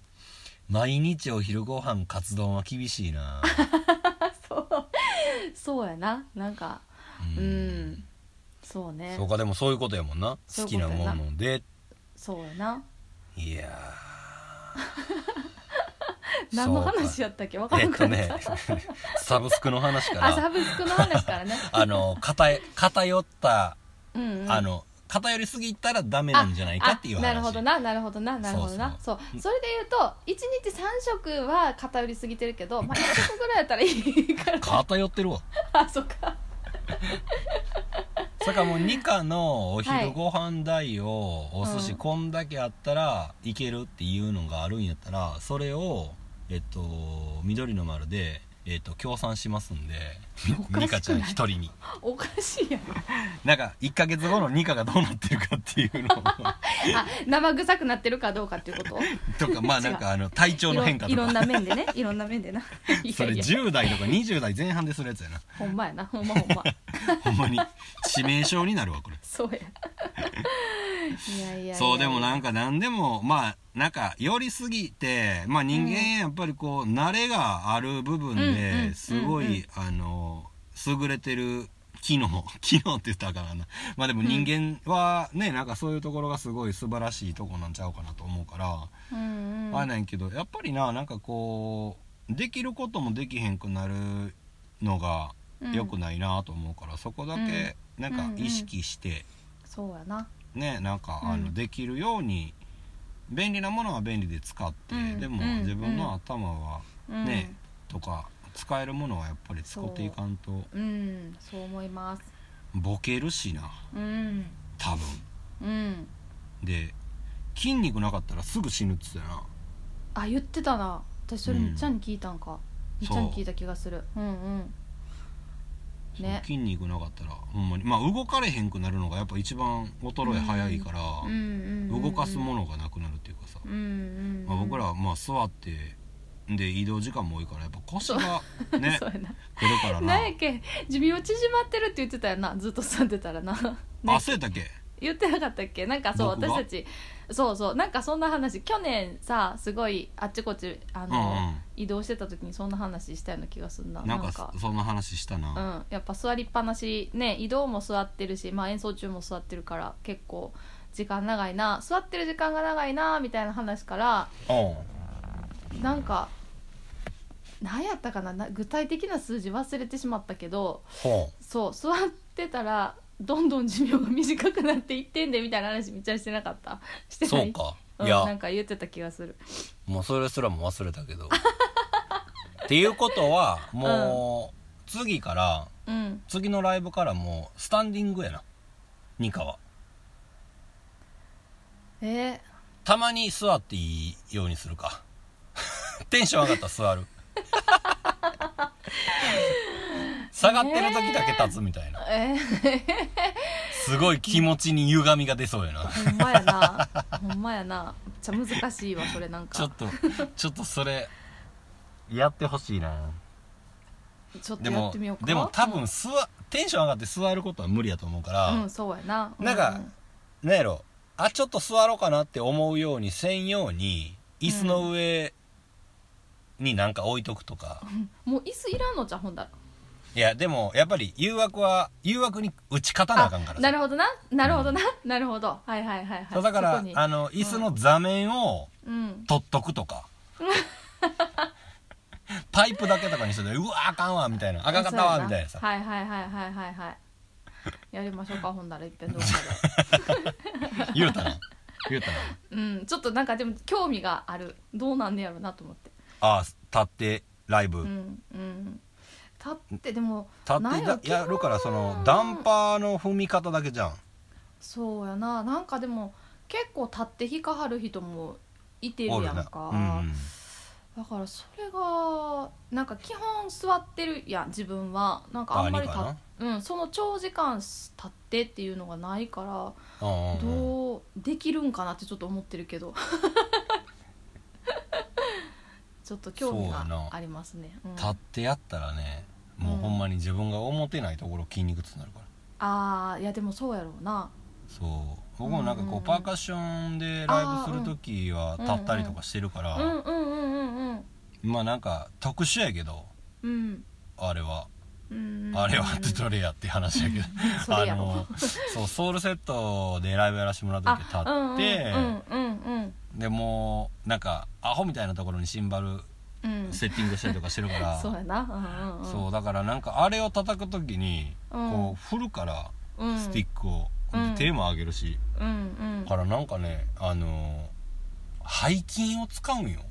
S1: 毎日お昼ご飯カツ丼は厳しいな
S2: そうそうやななんか
S1: う
S2: うんん、そうね
S1: そうかでもそういうことやもんな
S2: そう
S1: 好
S2: いう
S1: き
S2: こと
S1: な
S2: やな
S1: もので
S2: そうやない
S1: やー
S2: 何の話
S1: や
S2: やったっけ分か
S1: え
S2: ら
S1: っ
S2: んか
S1: と
S2: った、
S1: ね サブスクの話か
S2: あサ
S1: ら
S2: ブスクの話からね
S1: あの偏偏った
S2: うん、うん、
S1: あの偏りすぎたらダメなんじゃないかっていう話
S2: あなるほどななるほどななるほどなそうそれで言うと1日3食は偏りすぎてるけど、まあ、1食ぐらいやったらいいから
S1: 偏ってるわ
S2: あそっか
S1: それからもうニカのお昼ご飯代をお寿司
S2: うん
S1: こんだけあったらいけるっていうのがあるんやったらそれをえっと緑の丸でえっと協賛しますんで
S2: おかしくない
S1: ニカちゃん一人に
S2: おかしいやん
S1: なんか1ヶ月後のニカがどうなってるかっていう のを
S2: あ生臭くなってるかどうかっていうこと
S1: とかまあなんかあの体調
S2: い
S1: の
S2: ろ
S1: 変化
S2: い
S1: と
S2: ろん
S1: か
S2: な面でねいろんな面 でないやいや
S1: それ10代とか20代前半でするやつやな
S2: ほんまやなほんまほんま
S1: ほんまに致命傷になるわこれ
S2: そうやいやいやいや
S1: そうでもなん
S2: か
S1: か何でもまあなんか寄りすぎてまあ人間やっぱりこう慣れがある部分
S2: うんう
S1: で
S2: ん
S1: すご
S2: うんう
S1: いあの優れてる機能 機能って言ったらあかんなまあでも人間はねなんかそういうところがすごい素晴らしいとこなんちゃうかなと思うから
S2: うんうん
S1: あれなんやけどやっぱりななんかこうできることもできへんくなるのが
S2: うん
S1: 良くないなと思うからそこだけなんか意識して。
S2: そうやな
S1: ねなんか、あの
S2: うん
S1: できるように便利なものは便利で使って、
S2: うん
S1: でも、
S2: うん
S1: 自分の頭は、
S2: うん
S1: ねとか使えるものはやっぱり使っていかんと
S2: うんそう思います
S1: ボケるしな
S2: うん
S1: 多分
S2: うん
S1: で筋肉なかったらすぐ死ぬっつってたよな
S2: あ言ってたな私それ
S1: うん
S2: みっちゃんに聞いたんか、みっちゃんに聞いた気がするうんうん
S1: そう
S2: ね
S1: 筋肉なかったらほんまにまあ動かれへんくなるのがやっぱ一番衰え早いから、
S2: うんうんうん
S1: 動かすも
S2: の
S1: のがなくなるっていうかさ、
S2: うんうん、うん
S1: まあ、僕らはまあ座ってで移動時間も多いからやっぱ腰がね
S2: そうやな
S1: くるからな
S2: 何やっけ寿命縮まってるって言ってたよなずっと座ってたらなね
S1: あそうやったっけ
S2: 言ってなかったっけなんかそう
S1: 僕が
S2: 私たちそうそうなんかそんな話去年さすごいあっちこっちあ
S1: うんう
S2: の、
S1: ん
S2: 移動してた時にそんな話したような気がするな
S1: なんかそんな話した
S2: う
S1: な、
S2: ん、やっぱ座りっぱなしね移動も座ってるし、まあ、演奏中も座ってるから結構時間長いな座ってる時間が長いなみたいな話から
S1: うん、
S2: なんか何やったかなな具体的な数字忘れてしまったけど
S1: ほ
S2: そう座ってたらどんどん寿命が短くなっていってんでみたいな話めっちゃしてなかったして
S1: う
S2: な
S1: そ
S2: いう
S1: か
S2: うん
S1: い
S2: な
S1: や
S2: んか言ってた気がする
S1: もうそれすらも忘れたけどっていうことはもう次から
S2: うん
S1: 次のライブからもうスタンディングやなニカは
S2: え
S1: たまに座っていいようにするか テンション上がったら座る 下がってる時だけ立つみたいな
S2: ー、えー、
S1: すごい気持ちに歪みが出そうやな
S2: ほんまやなほんまやなめっちゃ難しいわそれなんか
S1: ちょっ とちょっとそれやってほしいな
S2: ちょっ
S1: で
S2: とや
S1: も
S2: ってみようか
S1: でも多分座テンション上がって座ることは無理やと思うから、
S2: うん、そうやな。
S1: なんかなんやろあちょっと座ろうかなって思うようにせんように椅子の上になんか置いとくとか、
S2: うんうんもう椅子いらんのじゃうほんだら。
S1: いやでもやっぱり誘惑は誘惑に打ち勝たなあかんからさ
S2: なるほどななるほどな、なるほどはいはいはいはい
S1: そうだか
S2: そ
S1: ら
S2: こに
S1: あの椅子の座面を
S2: うん
S1: 取っとくと か、パイプだけとかにしててうわあかんわみたいなあかんかったわみたいなさ、
S2: はいはいはいはいはいはいやりましょうかほんならいっぺんどうぞ
S1: 言うたな言うたな
S2: うんちょっとなんかでも興味があるどうなんねやろなと思って
S1: ああ立ってライブ、
S2: うんうん立ってでもなん
S1: 立ってだやるからそのダンパーの踏み方だけじゃん
S2: そうやななんかでも結構立って引かはる人もいてる
S1: お
S2: やん
S1: な
S2: か、
S1: うん
S2: だからそれがなんか基本座ってるやん自分はなんかあんまり立
S1: バーニーか
S2: うん、その長時間立ってっていうのがないから
S1: うんうんうん
S2: どうできるんかなってちょっと思ってる けどちょっと興味
S1: そうや
S2: が
S1: な
S2: ありますね、うん、
S1: 立ってやったらねもうほんまに自分が思ってないところ筋肉痛になるから
S2: あーいやでもそうやろうな
S1: そう僕もなんか
S2: うんうん
S1: こ
S2: うん
S1: うパーカッションでライブする時は立ったりとかしてるか
S2: うんうん
S1: ら
S2: うんうんうん
S1: まあなんか特殊やけど
S2: うん
S1: あれは
S2: うん
S1: あれはってどれやって話やけど
S2: そ
S1: あ
S2: れやろ
S1: のそうソウルセットでライブやらせてもらう時立
S2: あ
S1: って
S2: うんうんうんうん
S1: でもうなんかアホみたいなところにシンバル
S2: うんうん
S1: セッティングしたりとかしてるから
S2: そうやなうんうんうん
S1: そうだからなんかあれを叩く時に
S2: うん
S1: こう振るから
S2: うん
S1: スティックを、
S2: うん
S1: 手も上げるし、
S2: うんうん
S1: だからなんかねあのー背筋を使うんよ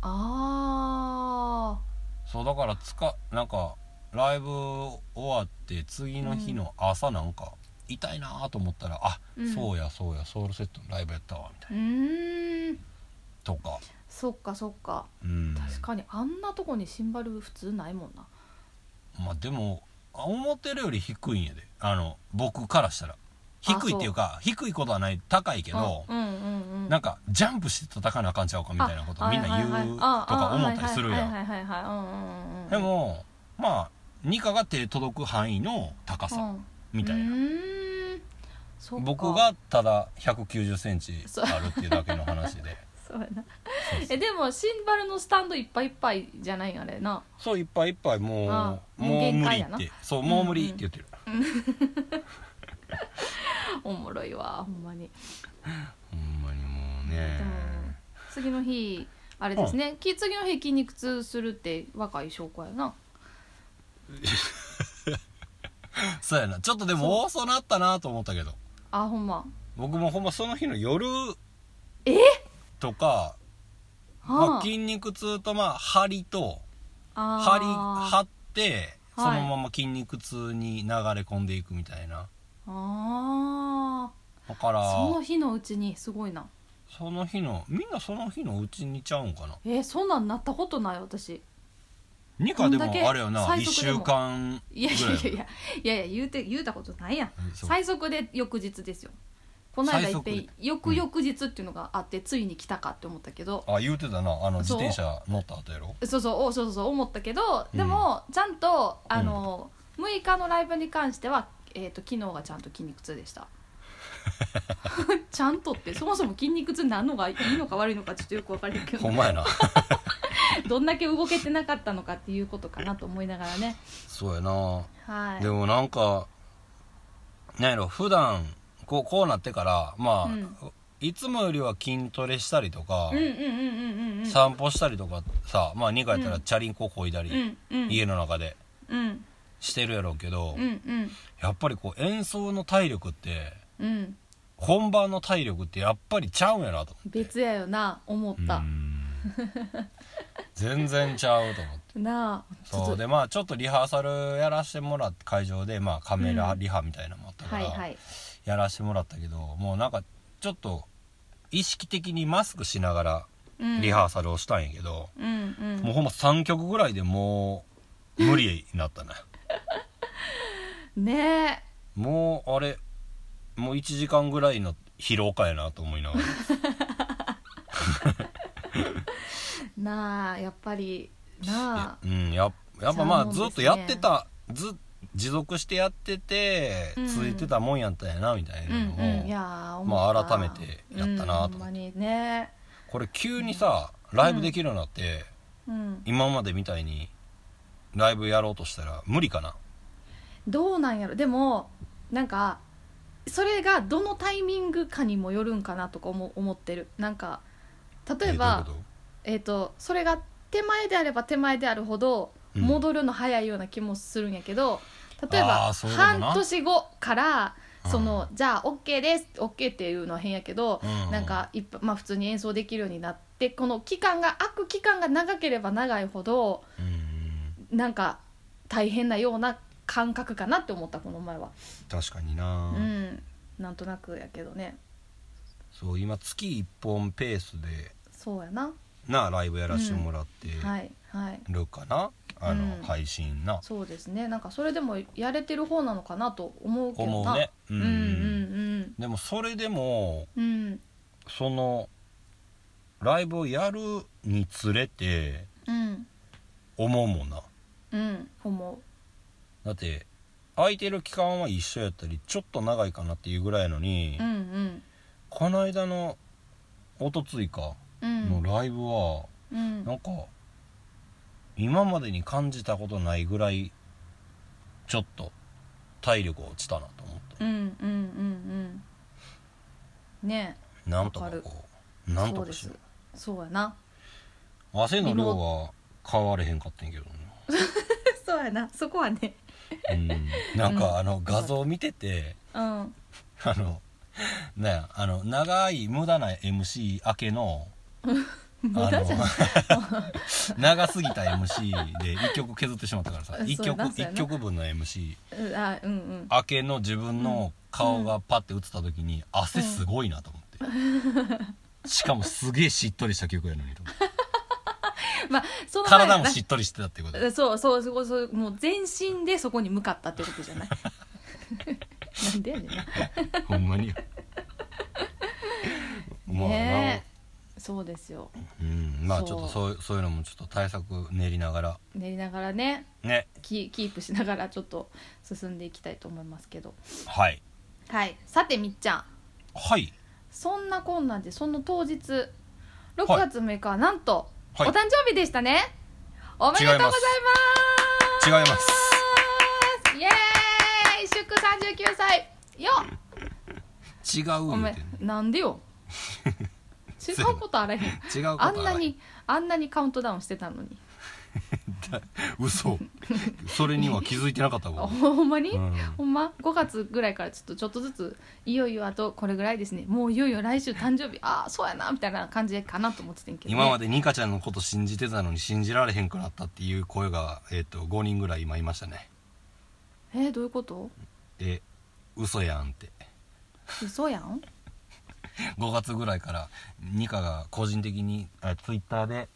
S2: あ
S1: そうだからつかなんかライブ終わって次の日の朝なんか、痛いなーと思ったらあ、
S2: うん
S1: そうやそうやソウルセットのライブやったわみたい
S2: ーうーん
S1: なとか
S2: そっかそっか
S1: うん
S2: 確かにあんなとこにシンバル普通ないもんな
S1: まあでもあ思ってるより低いんやであの僕からしたら低いっていうか低いことはない高いけど、
S2: うんうんうんうん
S1: なんかジャンプして叩かなあかんちゃうかみたいなことみんな言うとか思ったりするやん
S2: ん
S1: でもまあニカが手届く範囲の高さみたいな
S2: な
S1: 僕がただ1 9 0センチ
S2: そう
S1: あるっていうだけの話で
S2: そうやな
S1: そうそう
S2: えでもシンバルのスタンドいっぱいいっぱいじゃないあれな
S1: そういっぱいいっぱいもう
S2: あも
S1: も
S2: う
S1: う
S2: 限
S1: 無
S2: 界
S1: 理
S2: やな
S1: ってそうもう無理って言ってる
S2: おもろいわほんまに
S1: ほんまにもうね
S2: でも次の日あれですね、き次の日筋肉痛するって若い証拠やな
S1: そうやなちょっとでも多そうなったなと思ったけど
S2: あほんま
S1: 僕もほんまその日の夜
S2: え
S1: とかまあ筋肉痛とまあ張りと
S2: あ
S1: 張り
S2: あー
S1: 張ってそ
S2: はい
S1: のまま筋肉痛に流れ込んでいくみたいな
S2: あ
S1: だから
S2: ーその
S1: そ
S2: 日のうちにすごいな
S1: の日のみんなその日のうちにちゃうんかな
S2: えー、そんなんなったことない私
S1: ニカでも
S2: こんだけ
S1: あれよな
S2: 最
S1: 1
S2: 速でも
S1: 週間
S2: いやい
S1: ぐらい
S2: やいやいやいや言うて言うたことないやん
S1: そう
S2: 最速で翌日ですよこの間いっぺ
S1: 最
S2: ん
S1: 速
S2: 翌々日っていうのがあって、ついに来たかって思ったけど
S1: あ言うてたなあの自
S2: そう
S1: 転車乗った後やろ
S2: そうそうおそうそうそう思ったけど
S1: うん
S2: でも、ちゃんとあの、6日のライブに関しては、えー、と昨日がちゃんと筋肉痛でした ちゃんとってそもそも筋肉痛なんのがいいのか悪いのかちょっとよく分からへんけ
S1: ほん
S2: ど
S1: まやな
S2: どんだけ動けてなかったのかっていうことかなと思いながらね
S1: そうやな
S2: はい
S1: でもなんかなんやろ普段こうこうなってからまあ、
S2: うん
S1: いつもよりは筋トレしたりとか、
S2: うんうんうんうんうんうん
S1: 散歩したりとかさまあ2回やった
S2: う
S1: ら
S2: ん
S1: チャリンコこいだり、
S2: うんうん
S1: 家の中で
S2: うん
S1: してるやろうけど、
S2: うんうん
S1: やっぱりこう演奏の体力って
S2: うん
S1: 本番の体力ってやっぱりちゃうんやなと思って
S2: 別やよな思った
S1: うー ん全然ちゃうと思って
S2: なあちょ
S1: そう
S2: っと
S1: でまあちょっとリハーサルやらしてもらって会場でまあカメラ
S2: うん
S1: リハみたいなのもあったか
S2: はいは
S1: ら
S2: い
S1: やらしてもらったけど、もうなんかちょっと意識的にマスクしながら
S2: うん
S1: リハーサルをしたんやけど、
S2: うんうん
S1: もうほんま3曲ぐらいでもう無理になったね
S2: ね
S1: もうあれもう1時間ぐらいの疲労かやなと思いながら
S2: えなあやっぱりなあ
S1: うんややっぱまあ
S2: そう
S1: ず
S2: なん
S1: っ
S2: です
S1: と
S2: ね
S1: やってた、ず持続してやってて
S2: うん
S1: 続いてたもんやったんやなみたいなの
S2: うんうんいや
S1: を
S2: ー思った
S1: まあ改めてやったなと思って
S2: うんほんまにね
S1: これ急にさライブできるようになって
S2: うん
S1: 今までみたいにライブやろうとしたら無理かな
S2: どうなんやろでもなんかそれがどのタイミングかにもよるんかなとか思思ってるなんか例えば
S1: どういうこ
S2: えー、とそれが手前であれば手前であるほど
S1: うん
S2: 戻るの早いような気もするんやけど、例え
S1: あ
S2: ば
S1: ーそういうことな
S2: 半年後から
S1: うん
S2: その、じゃあ OK です OK っていうのは変やけど、
S1: とうん
S2: なんかいっぱいまあ、普通に演奏できるようになってこの期間が空く期間が長ければ長いほど
S1: うん
S2: なんか大変なような感覚かなって思ったこの前は、
S1: 確かにな、
S2: うん、なんとなくやけどね
S1: そう今月1本ペースで
S2: そうやな
S1: なライブやらしてもらって
S2: はいはい
S1: るかな、あの、
S2: うん
S1: 配信な
S2: そうですねなんかそれでもやれてる方なのかなと思うけど
S1: 思
S2: な
S1: うね、うん
S2: うんうん
S1: でもそれでも
S2: うんうん
S1: そのライブをやるにつれて
S2: うん
S1: 思うもんな
S2: うん思
S1: だって空いてる期間は一緒やったりちょっと長いかなっていうぐらいやのに、
S2: ううんうん
S1: この間のおとついか
S2: う
S1: の
S2: ん
S1: ライブは、
S2: うん
S1: なんか今までに感じたことないぐらいちょっと体力落ちたなと思って、
S2: うんうんうんうんね
S1: なんとか
S2: わか
S1: こうなんと
S2: そう
S1: か
S2: で
S1: しよ
S2: す
S1: う
S2: そうやな
S1: 汗の量は変われへんかったんやけど
S2: そうやなそこはね
S1: ね、うん、なん
S2: うん
S1: かあの画像見てて、
S2: うん
S1: あのなんやあの長い無駄な MC 明けの
S2: 無
S1: あ
S2: 駄
S1: の
S2: じゃない
S1: 長すぎた MC で1曲削ってしまったからさ
S2: そうやな
S1: 1曲
S2: そうやな
S1: 一曲分の MC
S2: うんあうんうん
S1: 明けの自分の顔がパッて映った時に汗すごいなと思って、 しかもすげえしっとりした曲やのにと思って
S2: まあその前
S1: 体もしっとりしてたってこと
S2: な そうそうそうそうもう全身でそこに向かったってことじゃない なんでやねんな
S1: ほんまによまあな
S2: ねえそうですよ
S1: うん、まあ
S2: そう
S1: ちょっとそういうそういうのもちょっと対策練りながら
S2: 練りながらね
S1: ね
S2: キキープしながらちょっと進んでいきたいと思いますけど
S1: はい
S2: はいさてみっちゃん
S1: はい
S2: そんなこんなんでその当日6月6日はなんと、
S1: はい
S2: お誕生日でしたねおめでとうございます
S1: 違います
S2: イエーイ祝39歳よっ
S1: 違う
S2: お
S1: 言う
S2: め
S1: てん
S2: なんで よ 違うことあらへん
S1: 違うこと
S2: あ
S1: は
S2: んなにあんなにカウントダウンしてたのに
S1: 嘘それには気づいてなかった
S2: あ
S1: わ
S2: ほんまに、
S1: うん
S2: ほんま5月ぐらいからちょっとちょっとずついよいよあとこれぐらいですねもういよいよ来週誕生日ああそうやなみたいな感じかなと思ってたんやけどね、
S1: 今までニカちゃんのこと信じてたのに信じられへんくなったっていう声が、えっと5人ぐらい今いましたね
S2: えーどういうこと
S1: で嘘やんって
S2: 嘘やん
S1: 5月ぐらいからニカが個人的にツイッターで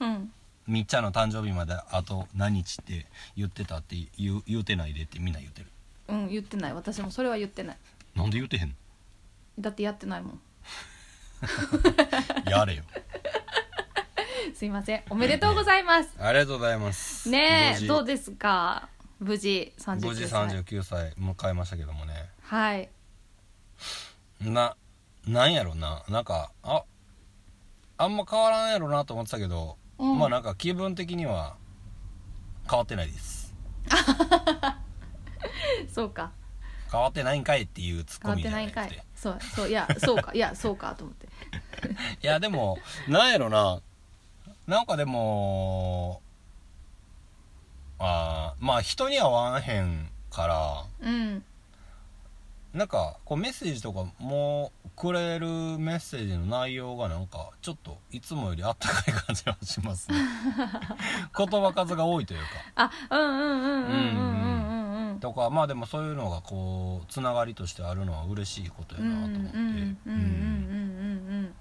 S2: うん
S1: みっちゃんの誕生日まであと何日って言ってたって言う言うてないでってみんな言ってる
S2: うん言ってない私もそれは言ってない
S1: なんで言うてへんの
S2: だってやってないもん
S1: やれよ
S2: すいませんおめでとうございます
S1: ありがとうございます
S2: ねえどう
S1: で
S2: ですか無事39歳
S1: 無事39歳迎えましたけどもね
S2: はい
S1: ななんやろななんかああんま変わらんやろなと思ってたけど、
S2: うん
S1: まあなんか気分的には変わってないです
S2: そうか
S1: 変わってないんかいっていうツッ
S2: 変
S1: コ
S2: わ
S1: ミじ
S2: って
S1: ゃ
S2: な
S1: ないい
S2: ん
S1: くて
S2: かいそうそういやそうかいやそうかと思って
S1: いやでもなんやろななんかでもあーまあ人には合わへんから
S2: うん
S1: なんかこうメッセージとかもくれるメッセージの内容がなんかちょっといつもよりあったかい感じがします ね言葉数が多いというか
S2: あうんうんうんうんうんうんうんうん
S1: とかまあでもそういうのがこうつながりとしてあるのは嬉しいことやなと思ってうんなん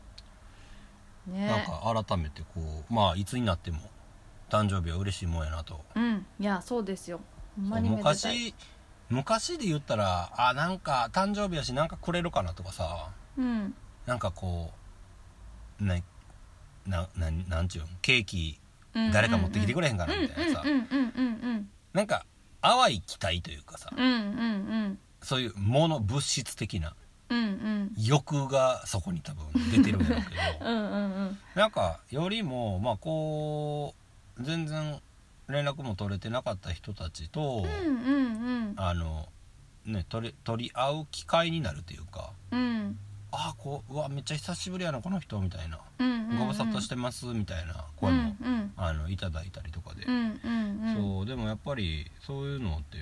S2: ね
S1: か改めてこうまあいつになっても誕生日は嬉しいもんやなと
S2: うんいやそうですよほんまにめでたい
S1: 昔昔で言ったらあなんか誕生日やしなんかくれるかなとかさ
S2: うん
S1: なんかこうななななんちゅうんケーキ誰か持ってきてく
S2: れ
S1: れへんか
S2: う
S1: なんみたいなさ
S2: うんうんうんうん
S1: なんか淡い期待というかさ
S2: うんうんうん
S1: そういうもの物質的な
S2: うんうん
S1: 欲がそこに多分出てるんだろう けど
S2: うんうんうん
S1: なんかよりもまあこう全然連絡も取れてなかった人たちと、
S2: うんうん
S1: あのね取り取り合う機会になるというか
S2: うんうん
S1: ああこううわめっちゃ久しぶりやなこの人みたいな、
S2: うんうん
S1: ご無沙汰しててますみたいな
S2: うん
S1: 声
S2: う
S1: も、
S2: んうん
S1: あのいただいたりとかで、
S2: うんうん
S1: そうでもやっぱりそういうのって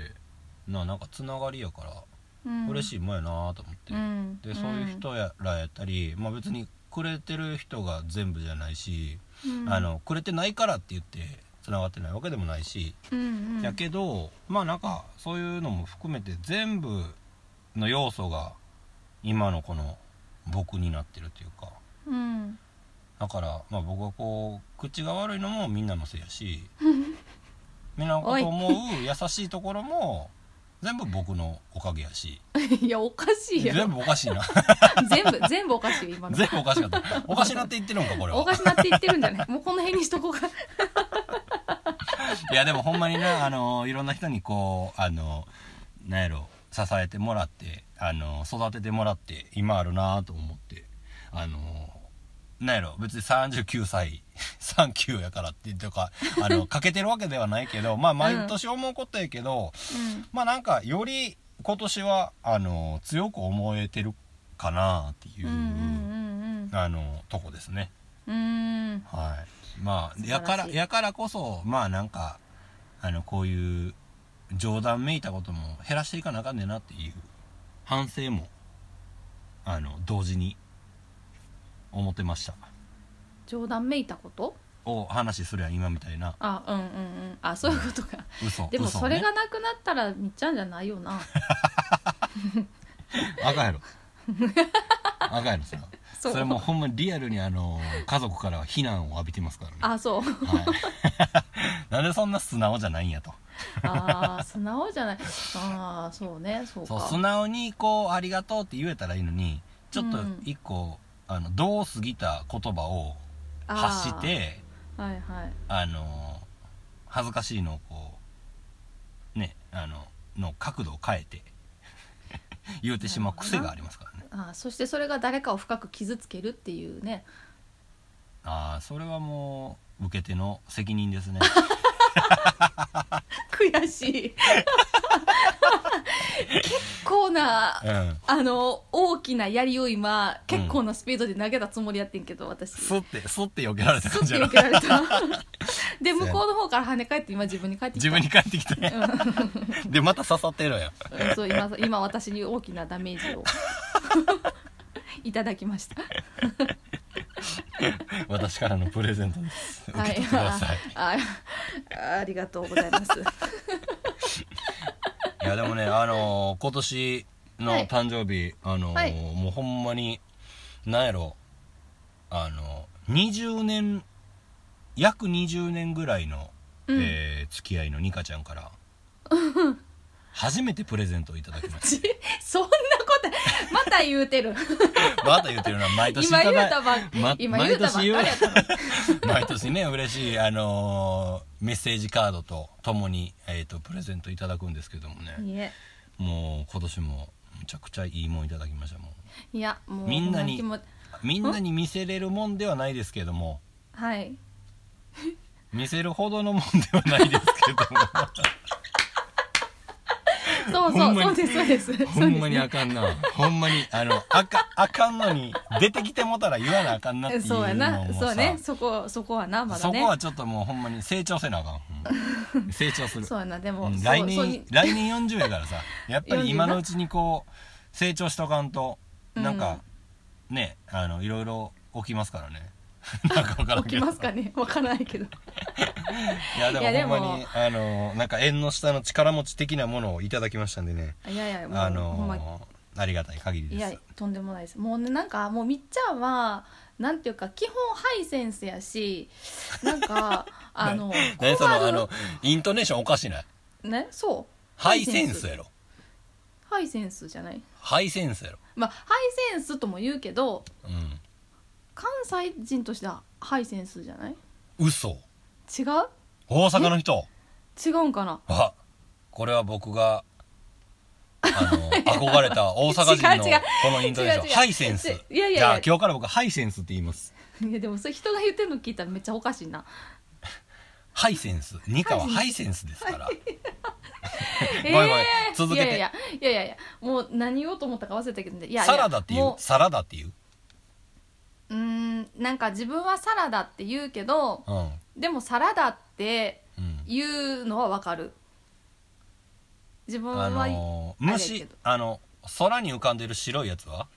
S1: ななんかつながりやから
S2: うん
S1: 嬉し
S2: い
S1: いもんやなと思って、
S2: うん
S1: でそういう人やらやったり、まあ、別にくれてる人が全部じゃないし、
S2: うん
S1: あのくれてないからって言ってつながってないわけでもないし、
S2: うんうん
S1: やけどまあなんかそういうのも含めて全部の要素が今のこの僕になってるというか
S2: うん
S1: だから、まあ、僕はこう口が悪いのもみんなのせいや しみんなのこと思う優しいところも全部僕のおかげやし
S2: いやおかしいや
S1: 全
S2: ろ
S1: 部おか しいな
S2: 全部全部おかしいよ今の
S1: 全部おかしかったおかしなって言ってるのかこれ
S2: お
S1: は
S2: かしなって言ってるんじゃないもうこの辺にしとこうか
S1: いやでもほんまにねあのいろんな人にこうあのなんやろ支えてもらってあの育ててもらって今あるなと思ってあのなんやろ別に39歳 39やからってとかあ の欠けてるわけではないけどまあ毎年思うことやけど、まあなんかより今年はあの強く思えてるかなっていう、
S2: うんうん
S1: あのとこですね。
S2: うんうんうん
S1: はい、まあ
S2: 素晴らしい
S1: やからやからこそまあなんかあのこういう冗談めいたことも減らしていかなあかんねんなっていう反省もあの同時に思ってました
S2: 冗談めいたこと
S1: お話すりゃ今みたいな
S2: あうんうんうんあそういうことか
S1: 嘘
S2: でも
S1: 嘘を
S2: それ
S1: ね
S2: がなくなったらみっちゃんじゃないよ な
S1: 赤 やろ赤やろそれは
S2: そう
S1: それもうほんまにリアルにあの家族からは非難を浴びてますからね
S2: あそう
S1: はい、 なんでそんな素直じゃないんやと
S2: あー素直じゃないああそうねそう
S1: そう
S2: か
S1: 素直にこう「ありがとう」って言えたらいいのにちょっと
S2: うん
S1: 一個、あのどう過ぎた言葉を
S2: あー
S1: 発して
S2: はいはい
S1: あの恥ずかしいのをこうねあのの角度を変えて 言うてしまう癖がありますからね
S2: あーそしてそれが誰かを深く傷つけるっていうね
S1: ああそれはもう受け手の責任 ですね
S2: 悔しい 結構な
S1: うん
S2: あの大きな槍を今結構なスピードで投げたつもりやってんけど私
S1: すってすって避けられた
S2: ス
S1: 感
S2: ッ
S1: じ
S2: て
S1: や
S2: 避
S1: ろ
S2: けられたで
S1: そうや
S2: 向こうの方から跳ね返って今自分に返ってき
S1: 自
S2: た
S1: 分に返ってき てでまた刺さってるやん
S2: うんそう今 今私に大きなダメージを いただきました
S1: 私からのプレゼントです受け
S2: は
S1: 取
S2: い
S1: ってください
S2: ああありがとうございます
S1: いやでもねあのー今年の
S2: はい
S1: 誕生日、あのー
S2: はい
S1: もうほんまになんやろあのー20年約20年ぐらいの、
S2: うん
S1: えー付き合いのニカちゃんから 初めてプレゼントをいただきまし
S2: ちそんなことまた言うてる
S1: たまた言ってるな毎年い
S2: 今
S1: た
S2: 言う
S1: だい
S2: たばっか、
S1: ま
S2: 今言うたばっかりやったの
S1: 毎年ね嬉しいあのーメッセージカードとともに、えー、とプレゼントいただくんですけどもね
S2: いえ
S1: もう今年もむちゃくちゃいいもんいただきましたもう
S2: いやもう
S1: みんなに
S2: ほま気持ち
S1: みんなに見せれるもんではないですけれども
S2: はい
S1: 見せるほどのもんではないですけれ ども
S2: そう
S1: ほ
S2: そ
S1: ん
S2: う
S1: ま
S2: そ
S1: に
S2: うですそうです
S1: ほんまに
S2: そう
S1: あかんなほんまにあのあかあかんのに出てきてもたら言わなあかんなってい
S2: で
S1: う
S2: すそうや
S1: の
S2: な
S1: も
S2: そ
S1: さ
S2: うねそこそこはなまだ
S1: そ
S2: ね
S1: こはちょっともうほんまに成長せなあかんほ んま成長する
S2: そうやなでも、
S1: うん
S2: そう
S1: 来
S2: そう
S1: 年
S2: に
S1: 来年40やからさやっぱり今のうちにこう成長しとかんとなんか、ねあのいろいろ起きますからね なんか分からん
S2: 起
S1: け
S2: き
S1: ど
S2: ますかね わからないけど
S1: いやで
S2: いやで
S1: も
S2: も
S1: ほんまにあのなんか縁の下の力持ち的なものをいただきましたんでね
S2: いやいやもう、
S1: あ
S2: ほんま
S1: のありがたい限り
S2: い
S1: で
S2: や
S1: す
S2: とんでもないですもうねなんかもうみっちゃんはなんていうか基本ハイセンス やしなんかあの
S1: 何その
S2: 困
S1: あ
S2: る
S1: のイントネーションおかしない
S2: ねそう
S1: ハイセンスやろ
S2: ハイセンスじゃない
S1: ハイセンスやろ
S2: まあハイセンスとも言うけど
S1: う
S2: 関西人としてはハイセンスじゃない
S1: ん嘘
S2: 違う
S1: 大阪の人
S2: 違うんかな
S1: あこれは僕があ の憧れた大阪人の
S2: 違う違う
S1: このイントネーション
S2: 違う違う
S1: ハイセンス
S2: いやいやいや
S1: じゃあ今日から僕ハイセンスって言います
S2: いやでもそれ人が言ってるの聞いたらめっちゃおかしいな
S1: ハイセンスニカはハイセンスですから、
S2: え
S1: ごめんご
S2: ー
S1: めん続けて
S2: いやいやいやいやいやもう何をと思ったか忘れたけどねいやいや
S1: サラダっていう
S2: も
S1: サラダっていう
S2: ううーんなんか自分はサラダって言うけど
S1: うん、うん、
S2: でもサラダって言うのはわかる自分は、
S1: あのー
S2: あれやけ
S1: 虫
S2: ど
S1: あの空に浮かんでる白いやつ は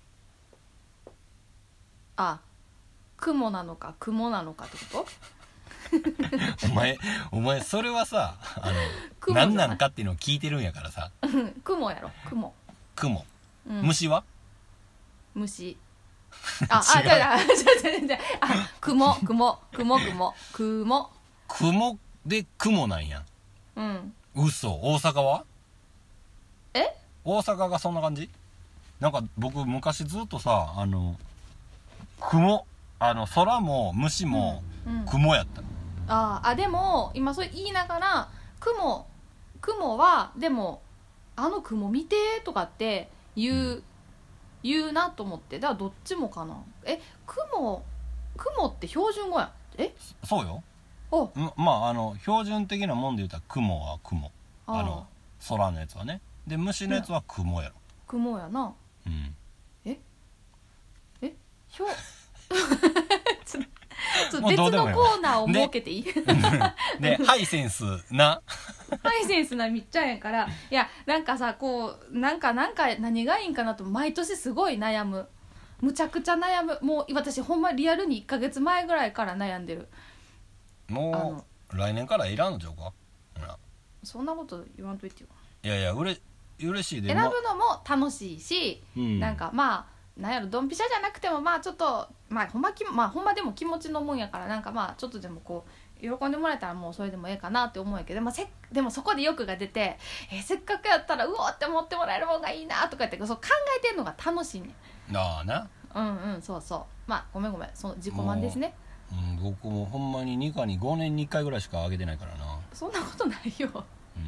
S2: あ雲なのか雲なのかってこと
S1: お前お前それはさあの
S2: 雲じゃない
S1: 何なんかっていうのを聞いてるんやからさ
S2: うん雲やろ雲、
S1: 雲
S2: うん、
S1: 虫は、
S2: 虫ああ
S1: 違
S2: 違う違う違う違 う違うあ雲雲雲雲雲
S1: 雲で雲なんや
S2: うん
S1: 嘘大阪は
S2: え
S1: 大阪がそんな感じなんか僕昔ずっとさあの雲あの空も虫も
S2: うん
S1: 雲やった、
S2: あーあでも今それ言いながら雲雲はでもあの雲見てとかって言う、言うなと思ってだからどっちもかなえ雲雲って標準語やえ
S1: そうよ
S2: お
S1: んまああの標準的なもんで言ったら雲は雲あ
S2: あー
S1: の空のやつはねで虫のやつは雲やろ
S2: 雲やな
S1: うん
S2: ひょ ちょちょ
S1: もう
S2: 別
S1: どうでもいい
S2: の
S1: わ
S2: コーナーを設けていい、
S1: でハイセンスな
S2: ハイセンスなみっちゃんやからいやなんかさこうなんかなんか何がいいんかなと毎年すごい悩むむちゃくちゃ悩むもう私ほんまリアルに1ヶ月前ぐらいから悩んでるあ
S1: も
S2: の
S1: う来年からいらんのちゃうかほら
S2: そんなこと言わんといてよ
S1: いやいやうれ嬉しいで
S2: 選ぶ
S1: ま
S2: のも楽しいし、
S1: うん
S2: なんかまあなんやろドンピシャじゃなくてもまあちょっとまあほんまきまあほんまでも気持ちのもんやからなんかまあちょっとでもこう喜んでもらえたらもうそれでもええかなって思うんやけど、まあ、せっでもそこで欲が出て、えーせっかくやったらうおーって思ってもらえる方がいいなとか言ってそう考えてんのが楽しいねん
S1: なあな
S2: うんうんそうそうまあごめんごめんその自己満ですね
S1: うん、僕もほんまにニカに5年に1回ぐらいしかあげてないからな
S2: そんなことないよ
S1: うん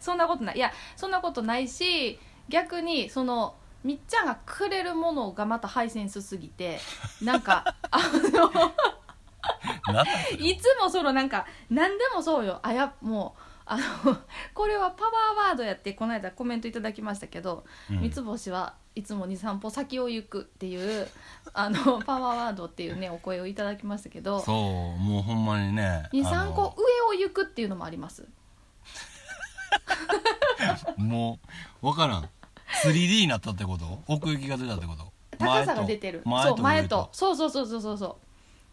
S2: そんなことないいやそんなことないし逆にそのみっちゃんがくれるものがまたハイセンスすぎてなんかあの
S1: なったんすよ
S2: いつもそのなんか何でもそうよあやもうあの これはパワーワードやってこの間コメントいただきましたけど、
S1: うん
S2: 三つ星はいつも23歩先を行くっていうあ のパワーワードっていうねお声をいただきましたけど
S1: そうもうほんまにねあ
S2: 23
S1: の
S2: 個上を行くっていうのもあります
S1: もうわからん 3D になったってこと奥行きが出たってこと
S2: 高さが出てる
S1: 前
S2: そ
S1: と
S2: う前
S1: 前
S2: と
S1: と
S2: そうそうそうそうそうそ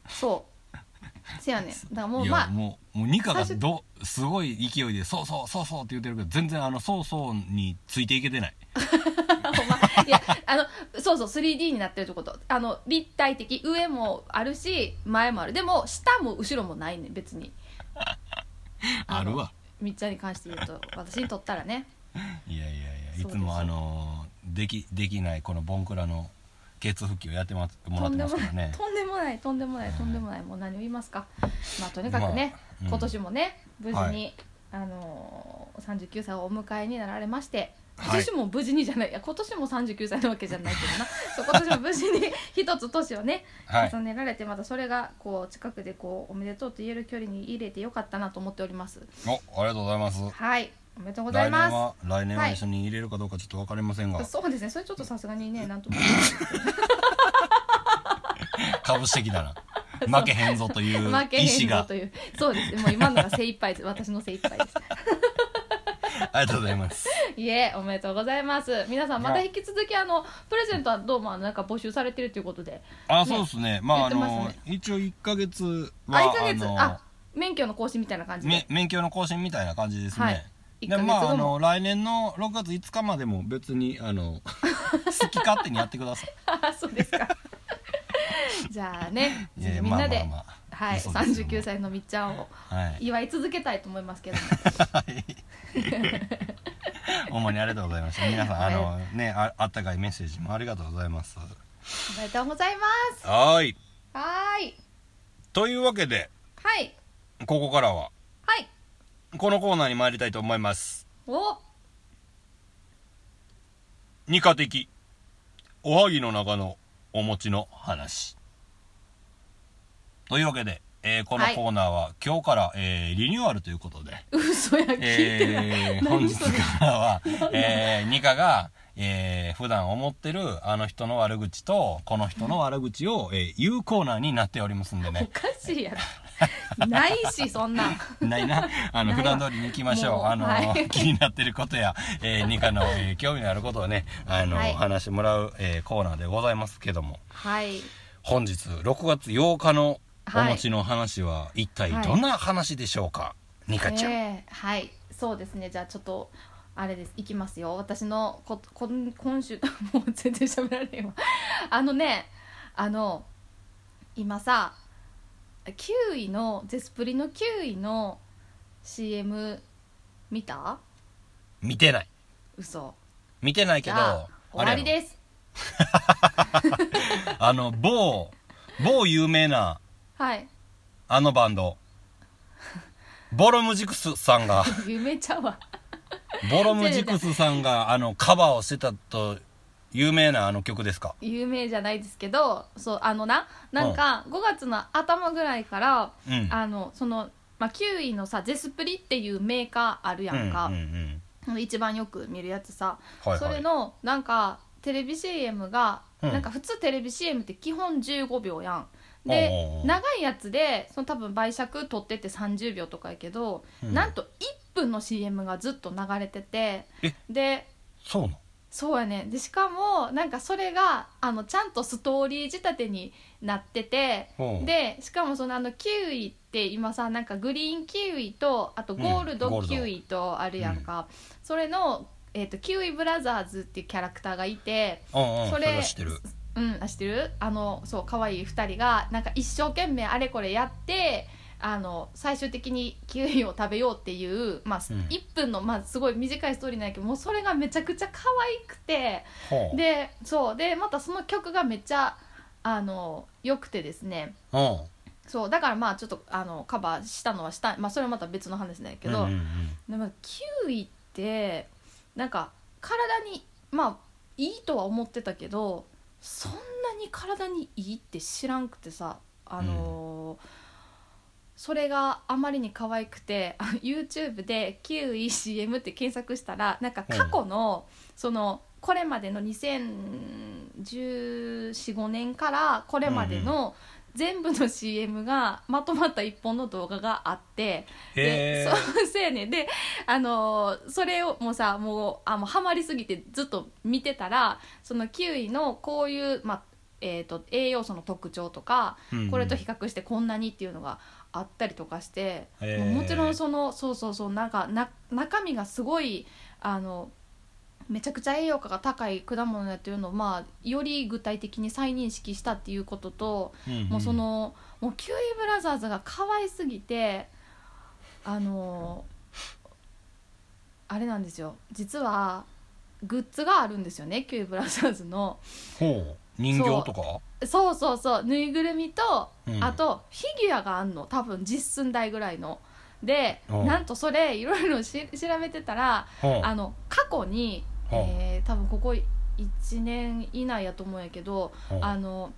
S2: うそうせやねんだから
S1: 上
S2: も
S1: と
S2: う
S1: い
S2: ま
S1: や
S2: あ
S1: もうもうニカが
S2: 最初
S1: どすごい勢いで「そうそうそうそう」って言ってるけど全然あの「そうそう」についていけてない
S2: ほんまいやあのそうそう 3D になってるってことあの立体的上もあるし前もあるでも下も後ろもないねん別に
S1: あるわ
S2: みっちゃんに関して言うと私にとったらね
S1: いやいやいやい
S2: そう
S1: つ
S2: ですよ
S1: もあのできできないこのボンクラのケツ復帰をやってもら
S2: と
S1: っ
S2: ん
S1: て
S2: で
S1: ま
S2: も
S1: すから
S2: ない
S1: ね
S2: とんでもないとんでもないとんでもないもう何を言いますかまあとにかくね、
S1: まあうん
S2: 今年もね無事に、
S1: は
S2: あのー39歳をお迎えになられまして
S1: はい
S2: 今年も無事にじゃない,、い、や今年も39歳なわけじゃないけどな そう今年も無事に一つ年をね
S1: はい
S2: 重ねられてまたそれがこう近くでこうおめでとうと言える距離に入れてよかったなと思っております
S1: おありがとうございます
S2: はいおめでとうござ
S1: 来
S2: い
S1: 年
S2: ま
S1: は来年は
S2: はい
S1: 一緒に入れるかどうかちょっと分かりませんが、
S2: すそうですねそれちょっとさすがにねなんとも
S1: 株式だ な負けへんぞという 意
S2: 負けへ
S1: 思
S2: んぞ
S1: が
S2: というそうですもう今のが精一杯です私の精一杯です
S1: ありがとうございます
S2: いえ、おめでとうございます。皆さん、また
S1: はい
S2: 引き続き、あの、プレゼントはどうも、あのなんか募集されてるということで。
S1: あ
S2: ね
S1: そうですねまああ
S2: 言って
S1: の
S2: ます
S1: 一応1ヶ月は
S2: あ、1ヶ月、
S1: あの
S2: あ、免許の更新みたいな感じ
S1: め
S2: で。
S1: 免許の更新みたいな感じですね、
S2: はい1
S1: で
S2: ヶ月
S1: まああ
S2: 後
S1: の
S2: も。
S1: 来年の6月5日までも別にあの 好き勝手にやってください
S2: あ、 そうで すか。 じゃあね、
S1: いやいや
S2: みんなで、
S1: まあまあまあ
S2: はい、
S1: そうですよ
S2: 39歳のみっちゃんを
S1: はい
S2: 祝い続けたいと思いますけども。
S1: 主にありがとうございました皆さんあ
S2: は
S1: のねああったかいメッセージもありがとうございます
S2: おめでとうございます。
S1: はい
S2: はーい。
S1: というわけで
S2: はい。
S1: ここからは
S2: はい。
S1: このコーナーに参りたいと思います
S2: お、
S1: 二課的おはぎの中のお餅の話というわけでえーこのコーナーは、今日から、えーリニューアルということで、
S2: 嘘や聞いてない、
S1: えー本
S2: 何
S1: 日
S2: そ
S1: か
S2: れ
S1: らは、えー、ニカが、えー普段思ってるあの人の悪口とこの人の悪口を、えー言うコーナーになっておりますんで
S2: お
S1: ね
S2: かしいやろないしそんなん
S1: ないなあの
S2: ない
S1: 普
S2: わ
S1: 段通りに行きましょう
S2: もう
S1: あの、
S2: は い
S1: 気になってることや、えー、ニカの、えー興味のあることをねあの、
S2: はい
S1: 話してもらう、えーコーナーでございますけども
S2: はい
S1: 本日6月8日のお
S2: はい
S1: 餅の話は一体
S2: はい
S1: どんな話でしょうか、ニカちゃん、
S2: えーはいそうですねじゃあちょっとあれですいきますよ私のここん今週 もう全然喋られへんわあのねあの今さ9位のゼスプリの9位の CM 見た
S1: 見てない
S2: 嘘
S1: 見てないけ
S2: じ
S1: ど
S2: ゃあ終わり
S1: あれやろ
S2: です
S1: あの某某有名な
S2: はい
S1: あのバンドボロムジクスさん が
S2: 夢ちゃうわ
S1: ボロムジクスさんがあのカバーをしてたと有名なあの曲ですか
S2: 有名じゃないですけどそうあのななんか5月の頭ぐらいから、
S1: うん
S2: あのその、まあ、9位のさゼスプリっていうメーカーあるやんか
S1: うんう、ん
S2: 一番よく見るやつさ、
S1: うんはいはい、
S2: それのなんかテレビ CM が、
S1: うん
S2: なんか普通テレビ CM って基本15秒やん。
S1: おうおうお
S2: で
S1: う
S2: 長いやつでその多分倍尺取ってて30秒とかやけど、
S1: うん
S2: なんと1分の CM がずっと流れてて
S1: え
S2: で
S1: そうなの
S2: そうやねでしかもなんかそれがあのちゃんとストーリー仕立てになってて
S1: ほう
S2: でしかもそのあのキウイって今さなんかグリーンキウイとあとゴール
S1: うんゴー
S2: ド
S1: ルド
S2: キウイとあるやんか、それの、えー、とキウイブラザーズっていうキャラクターがいて
S1: うんうんそ
S2: それ
S1: れは知ってる
S2: うんあ知ってるあのそう可愛い2人がなんか一生懸命あれこれやってあの最終的にキウイを食べようっていう、まあ
S1: うん
S2: 1分の、まあ、すごい短いストーリーなんやけどもうそれがめちゃくちゃ可愛くて。
S1: ほう
S2: でそうでまたその曲がめっちゃあの良くてですね
S1: うん
S2: そうだからまあちょっとあのカバーしたのはした、まあ、それはまた別の話なんやけど、
S1: うんうん
S2: でもキウイってなんか体にまあいいとは思ってたけどそんなに体にいいって知らんくてさあのーそれがあまりに可愛くて あ YouTube でキウイ CM って検索したらなんか過去の、そのこれまでの201415年からこれまでの全部の CM がまとまった一本の動画があって、
S1: へえ
S2: でそう そうやねんであのーそれをもうさもうあもうハマりすぎてずっと見てたらそのキウイのこういう、まあえー、と栄養素の特徴とかこれと比較してこんなにっていうのがあったりとかして、
S1: へー
S2: もうもちろんそのそうそうそうなんかな中身がすごいあのめちゃくちゃ栄養価が高い果物だというのを、まあ、より具体的に再認識したっていうことと、もうそのもうキウイブラザーズが可愛すぎてあのあれなんですよ実はグッズがあるんですよねキウイブラザーズの
S1: ほう人形とか
S2: そうそうそうぬいぐるみと、
S1: うん
S2: あとフィギュアがあんの多分実寸大ぐらいので
S1: うん
S2: なんとそれいろいろし調べてたら
S1: ほう
S2: あの過去に、
S1: うん
S2: えー多分ここ1年以内やと思うんやけど、
S1: ほう
S2: あの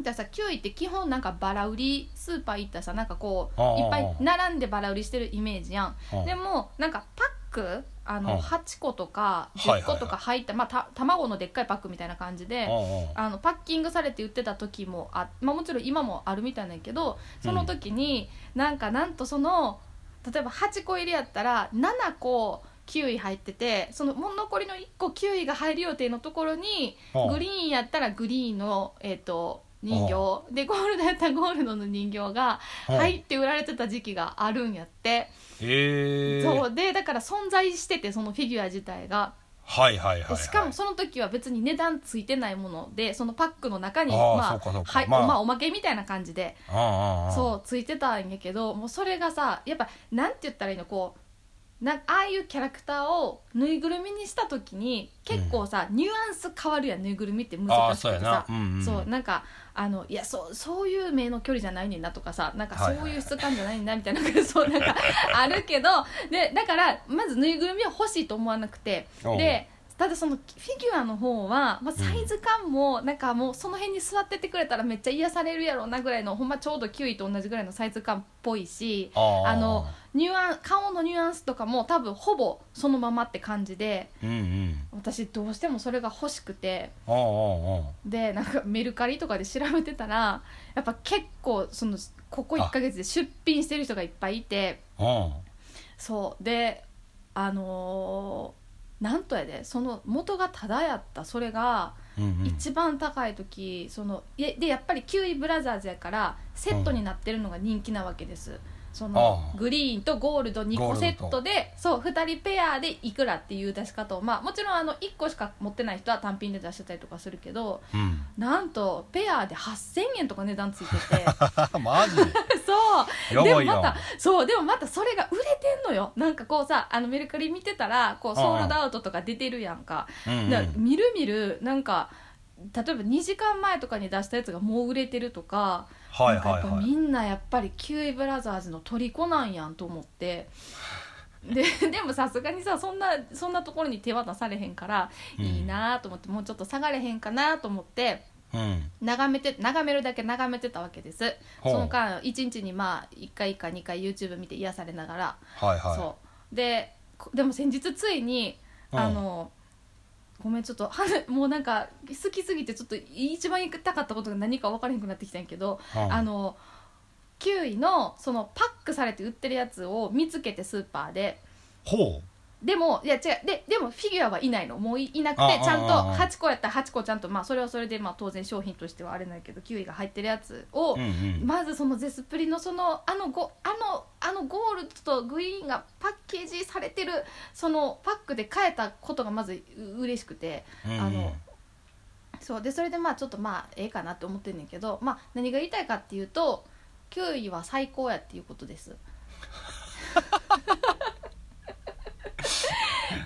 S2: だからさキウイって基本なんかバラ売りスーパー行ったらさなんかこう
S1: ああ
S2: いっぱい並んでバラ売りしてるイメージやん
S1: ほう
S2: でもなんかパックあ
S1: うん
S2: の8個とか
S1: はいはい
S2: 10個とか入った、まあ、た卵のでっかいパックみたいな感じで
S1: ほうほう
S2: あのパッキングされて売ってた時もあ、まあ、もちろん今もあるみたいなんやけどその時になんかなんとその例えば8個入りやったら7個キウイ入っててそのもう残りの1個キウイが入る予定のところに
S1: ほう
S2: グリーンやったらグリーンの、えっと人形でゴールドやったらゴールドの人形が
S1: ほう
S2: 入って売られてた時期があるんやって、
S1: へえ
S2: そうでだから存在しててそのフィギュア自体が、
S1: はいはいはい
S2: で
S1: はい
S2: しかもその時は別に値段ついてないものでそのパックの中に
S1: あー
S2: ま
S1: そう
S2: あ
S1: かそうか
S2: はい
S1: ま
S2: ま
S1: あ
S2: あ、おまけみたいな感じで、
S1: ああああ
S2: そうついてたんやけどもうそれがさやっぱなんて言ったらいいのこうなああいうキャラクターをぬいぐるみにした時に結構さ、ニュアンス変わるやんぬいぐるみって
S1: あ
S2: 難
S1: あ
S2: し
S1: そう
S2: く
S1: や
S2: てさ
S1: な、うんうん、
S2: そうなんかあのいやそうそういう目の距離じゃないねんなとかさなんか
S1: はいはい
S2: そういう質感じゃないねんなみたいな、そうなんかあるけどでだからまずぬいぐるみは欲しいと思わなくて
S1: おう
S2: でただそのフィギュアの方は、まあ、サイズ感もなんかもうその辺に座っててくれたらめっちゃ癒されるやろうなぐらいのほんまちょうど9位と同じぐらいのサイズ感っぽいし
S1: あー
S2: あのニュアン顔のニュアンスとかも多分ほぼそのままって感じで
S1: うんうん
S2: 私どうしてもそれが欲しくて
S1: ああああ
S2: でなんかメルカリとかで調べてたらやっぱ結構そのここ1ヶ月で出品してる人がいっぱいいて
S1: あ
S2: そうであのーなんとやでその元がタダやったそれが
S1: あうんうん
S2: 一番高い時、そのいやでやっぱりキウイブラザーズやからセットになってるのが人気なわけです、その
S1: ああ
S2: グリーンとゴールド2
S1: ゴ
S2: 個
S1: ールドと
S2: セットでそう2人ペアでいくらっていう出し方をまあもちろんあの1個しか持ってない人は単品で出してたりとかするけど
S1: うん
S2: なんとペアで8000円とか値段つい てて
S1: マジで
S2: そう
S1: や
S2: で
S1: ば
S2: も
S1: いやん
S2: またそうでもまたそれが売れてんのよなんかこうさあのメルカリ見てたらこ
S1: あ
S2: う
S1: あ
S2: ソールドアウトとか出てるやんか
S1: うんうん
S2: だからみるみるなんか例えば2時間前とかに出したやつがもう売れてるとか,、
S1: はいはい
S2: なんかやっぱ
S1: は
S2: み
S1: い
S2: んなやっぱりキウイブラザーズの虜なんやんと思ってで でもさすがにさそんなそんなところに手渡されへんから、
S1: うん
S2: いいなと思ってもうちょっと下がれへんかなと思って
S1: うん
S2: 眺めて眺めるだけ眺めてたわけです。
S1: ほう
S2: その間1日にまあ1回か2回 YouTube 見て癒されながら、
S1: はいはい
S2: そうでこでも先日ついに、
S1: うん
S2: あのごめんちょっとはね もうなんか好きすぎてちょっと一番言いたかったことが何か分からへんくなってきたんやけど、
S1: うん
S2: あの9位のそのパックされて売ってるやつを見つけてスーパーで。
S1: ほ
S2: でもいや違うででもフィギュアはいないのもういいなく
S1: あ
S2: てちゃんと
S1: あああ
S2: 8個やったら8個ちゃんとまあそれはそれでまあ当然商品としてはあれないけど9位が入ってるやつを、
S1: ううんうん
S2: まずそのゼスプリのそのあのごあのあのゴールドとグリーンがパッケージされてるそのパックで買えたことがまずう嬉しくて
S1: うん
S2: あのそうでそれでまあちょっとまあええかなって思ってんねんけどまあ何が言いたいかっていうと9位は最高やっていうことです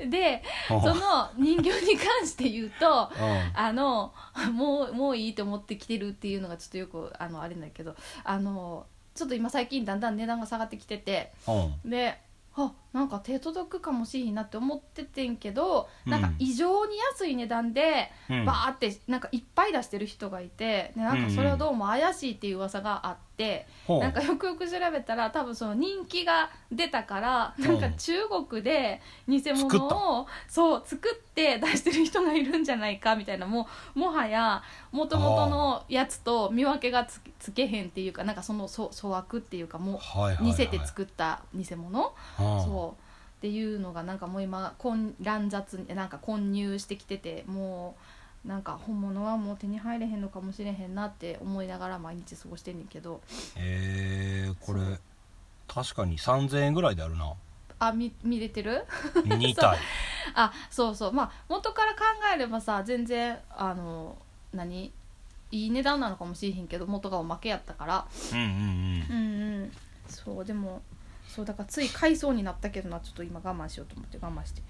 S2: で
S1: ほう
S2: その人形に関して言うと
S1: うん
S2: あのもうもういいと思ってきてるっていうのがちょっとよくあのあれなんだけどあのちょっと今最近だんだん値段が下がってきてて
S1: うん
S2: であなんか手届くかもしれんなって思っててんけど、
S1: うん
S2: なんか異常に安い値段で
S1: うん
S2: バーってなんかいっぱい出してる人がいて、でなんかそれはどうも怪しいっていう噂があって、
S1: ほう
S2: なんかよくよく調べたら多分その人気が出たからなんか中国で偽
S1: 作っ
S2: 物をそう作って出してる人がいるんじゃないかみたいなもうもはや元々のやつと見分けがつつけへんっていうかなんかそのそ粗悪っていうかも
S1: はいは
S2: う
S1: いは
S2: 似
S1: い
S2: せて作った偽物
S1: うん
S2: そうっていうのがなんかもう今混乱雑になんか混入してきててもうなんか本物はもう手に入れへんのかもしれへんなって思いながら毎日過ごしてんねんけど。
S1: えー、これ
S2: そう
S1: 確かに3000円ぐらいである な
S2: あ見見れてる
S1: 2体
S2: あそうそうまあ元から考えればさ全然あの何いい値段なのかもしれへんけど元がおまけやったから
S1: うんうん
S2: うんうんそうでもそうだからつい買いそうになったけどなちょっと今我慢しようと思って我慢して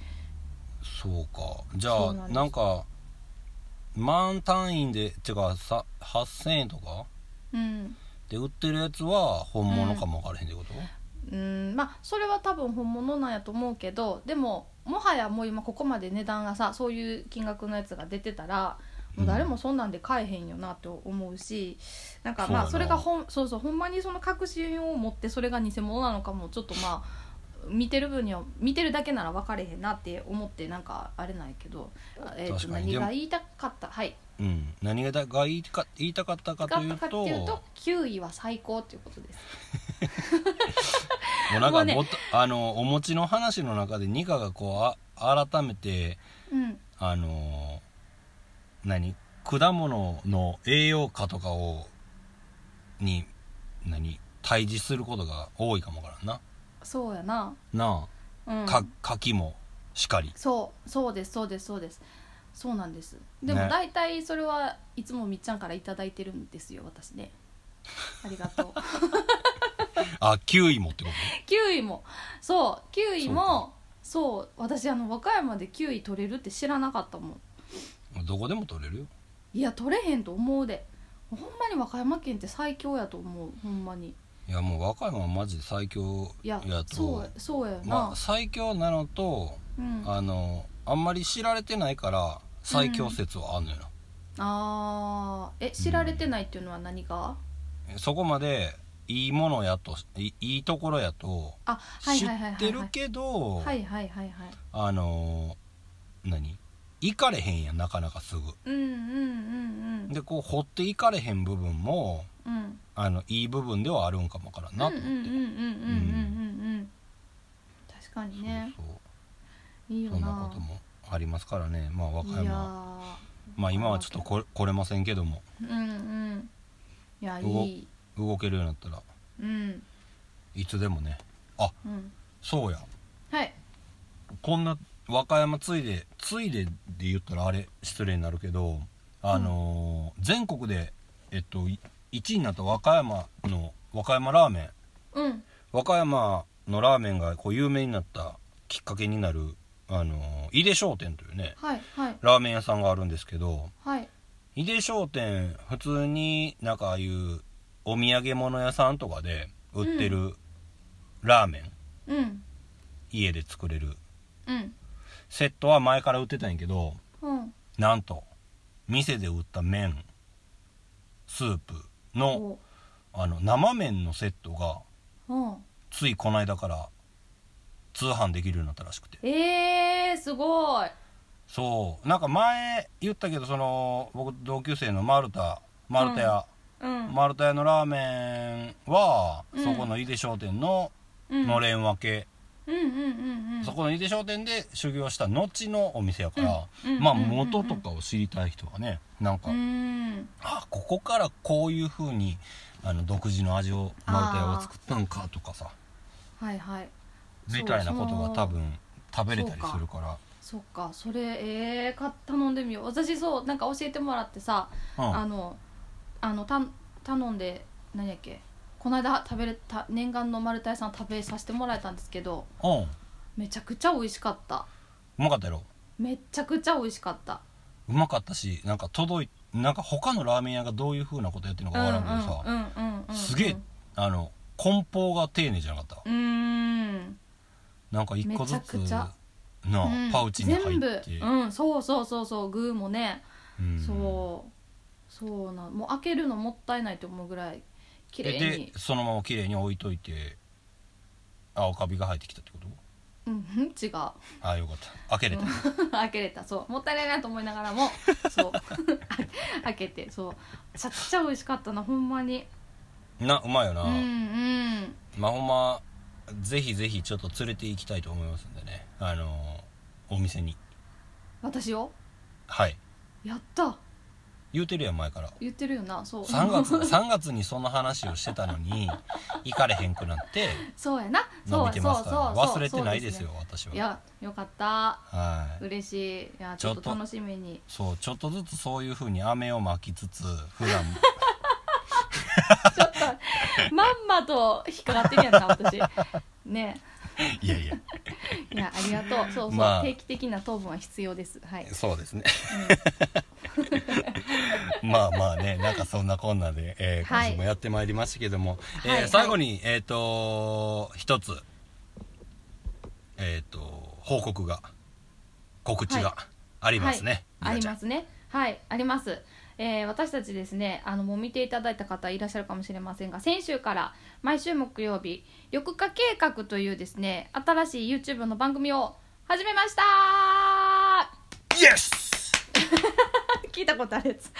S1: そうかじゃ
S2: そう
S1: あ
S2: なん
S1: な
S2: です
S1: んか万単位でてかさ8000円とか
S2: うん
S1: で売ってるやつは本物かも分からへんってこと、
S2: うんまあそれは多分本物なんやと思うけどでももはやもう今ここまで値段がさそういう金額のやつが出てたらもう誰もそんなんで買えへんよなと思うし、なんかまあ
S1: そ
S2: そう
S1: や
S2: れ
S1: な
S2: がほんそうそうほんまにその確信を持ってそれが偽物なのかもちょっとまあ見てる分には見てるだけなら分かれへんなって思ってなんかあれないけど、あえーと
S1: 確かに
S2: 何
S1: でも
S2: が言いたかったはい
S1: うん何がだが言いか言いたかったかと
S2: かっ
S1: い
S2: た
S1: う
S2: か
S1: と
S2: っていうと9位は最高っていうことです。
S1: もうなん
S2: もう
S1: か
S2: ね
S1: もっとあのお餅の話の中でニカがこうあ改めて
S2: うん
S1: あのー何果物の栄養価とかをに何対峙することが多いかもわからんな
S2: そうやな、
S1: な
S2: うん、
S1: あか柿もしかり
S2: そうそうですそうですそうですそうなんですでも
S1: ね
S2: 大体それはいつもみっちゃんから頂いただいてるんですよ私ねありがとう
S1: あキウイもってこ
S2: キウイもそうキウイもそう私あの和歌山でキウイ取れるって知らなかったもん
S1: とどこでも取れるよ
S2: いや取れへんと思うでほんまに和歌山県って最強やと思うほんまに
S1: いやもう和歌山はマジで最強
S2: いや
S1: や
S2: そ
S1: と
S2: うそうやな、
S1: まあ最強なのと
S2: うん、
S1: あのあんまり知られてないから最強説はあんのよ、
S2: あーえ知られてないっていうのは何が
S1: そこまでいいものやといいいところやと
S2: あはい
S1: 知
S2: はいはい
S1: っ
S2: はい
S1: て
S2: は
S1: る
S2: い
S1: けど、
S2: はいはいはいはい
S1: あのー何行かれへんやんなかなかすぐ
S2: うんうんうんうん
S1: でこう掘っていかれへん部分も
S2: うん
S1: あのいい部分ではあるんかもわからんな
S2: うん
S1: と
S2: うん
S1: 思っ
S2: うん
S1: て、
S2: うんうんうんうんうん確かにね
S1: そう
S2: いい
S1: そう
S2: よ
S1: そんな
S2: な
S1: こともありますからねまあ和歌
S2: いや
S1: 山まあ今はちょっとこれ来れませんけども
S2: ーうんうんいやいう
S1: お
S2: い
S1: 動けるようになったら
S2: うん
S1: いつでもね
S2: うん
S1: そうや
S2: はい
S1: こんな和歌山ついでついでで言ったらあれ失礼になるけどあのー全国でえっとい1位になった和歌山の和歌山ラーメン
S2: うん
S1: 和歌山のラーメンがこう有名になったきっかけになるあのー井出商店というね
S2: はいはい
S1: ラーメン屋さんがあるんですけど
S2: はい
S1: 井出商店普通になんかああいうお土産物屋さんとかで売ってるラーメン、
S2: うん
S1: 家で作れる
S2: うん
S1: セットは前から売ってたんやけど
S2: うん
S1: なんと店で売った麺スープの
S2: お
S1: あの生麺のセットが
S2: うん
S1: ついこの間から通販できるようになったらしくて
S2: えー、すごい
S1: そうなんか前言ったけどその僕同級生の丸田丸田屋、
S2: うん
S1: 丸太屋のラーメンは、
S2: うん
S1: そこの井出商店の
S2: うん
S1: のれん分け、
S2: うんうんうんうん
S1: そこの井出商店で修行した後のお店やから、
S2: うん
S1: まあ
S2: うんうんうんうん
S1: 元とかを知りたい人はねなんか、
S2: うん
S1: あここからこういうふうにあの独自の味を丸太屋は作ったんかとかさ
S2: はいはい
S1: みたいなことが
S2: そう
S1: 多分食べれたり
S2: そうか
S1: するから
S2: そっかそれえー、か頼んでみよう私そうなんか教えてもらってさ、
S1: うん
S2: あのあのた頼んで何やっけこの間食べれた念願の丸太屋さん食べさせてもらえたんですけど
S1: うんう
S2: めちゃくちゃ美味しかった
S1: まかったやろ
S2: めちゃくちゃ美味しかった
S1: うまかったしなんか届いなんか他のラーメン屋がどういうふうなことやってるのかわからんけどさ、
S2: うんうんうんうんうん
S1: すげえあの梱包が丁寧じゃなかった
S2: うーん
S1: なんか一個ずつ
S2: めちゃくちゃ
S1: なあ、
S2: うん
S1: パウチに入って
S2: 全部うんそうそうそうそう具もね、
S1: うん
S2: そうそうなんもう開けるのもったいないと思うぐらい綺
S1: で
S2: 麗に
S1: でそのまま綺麗に置いといて青カビが入ってきたってこと
S2: うんうん違う
S1: ああよかった開けれた、
S2: 開けれたそうもったいないなと思いながら もそう 開けてそうめちゃくちゃ美味しかったなほんまに
S1: なうまいよな、
S2: うんうん
S1: まあほんまぜひぜひちょっと連れて行きたいと思いますんでねあのーお店に
S2: 私を
S1: はい
S2: やった
S1: 言うてるやん前から
S2: 言ってるよなそう
S1: 3月3月にその話をしてたのに行かれへんくなって
S2: そうやな
S1: 伸
S2: そ
S1: びて
S2: うそう
S1: ますからね、
S2: そう
S1: 忘れてないですよ
S2: そう
S1: 私
S2: ね
S1: はい
S2: やよかった
S1: はい
S2: 嬉しいいや
S1: ち
S2: ち
S1: ょ
S2: ょ
S1: っ
S2: っ
S1: と
S2: と楽しみに
S1: そうちょっとずつそういうふうに飴をまきつつ普段
S2: ちょっとまんまと引っかかってるやんな私ね
S1: いやいや
S2: いやありがとうそうそう、
S1: まあ
S2: 定期的な糖分は必要ですはい
S1: そうです ねまあまあねなんかそんなこんなで、えー
S2: はい
S1: 今週もやってまいりましたけども、えー
S2: はいはい
S1: 最後にえっ、と一つえっ、と報告が告知がありますね、
S2: は
S1: リ
S2: い、あ
S1: ナ
S2: り
S1: ちゃん
S2: ますねはいあります、えー私たちですねあのもう見ていただいた方いらっしゃるかもしれませんが先週から毎週木曜日「緑化計画」というですね新しい YouTube の番組を始めました
S1: イエス
S2: 聞いたことあるやつ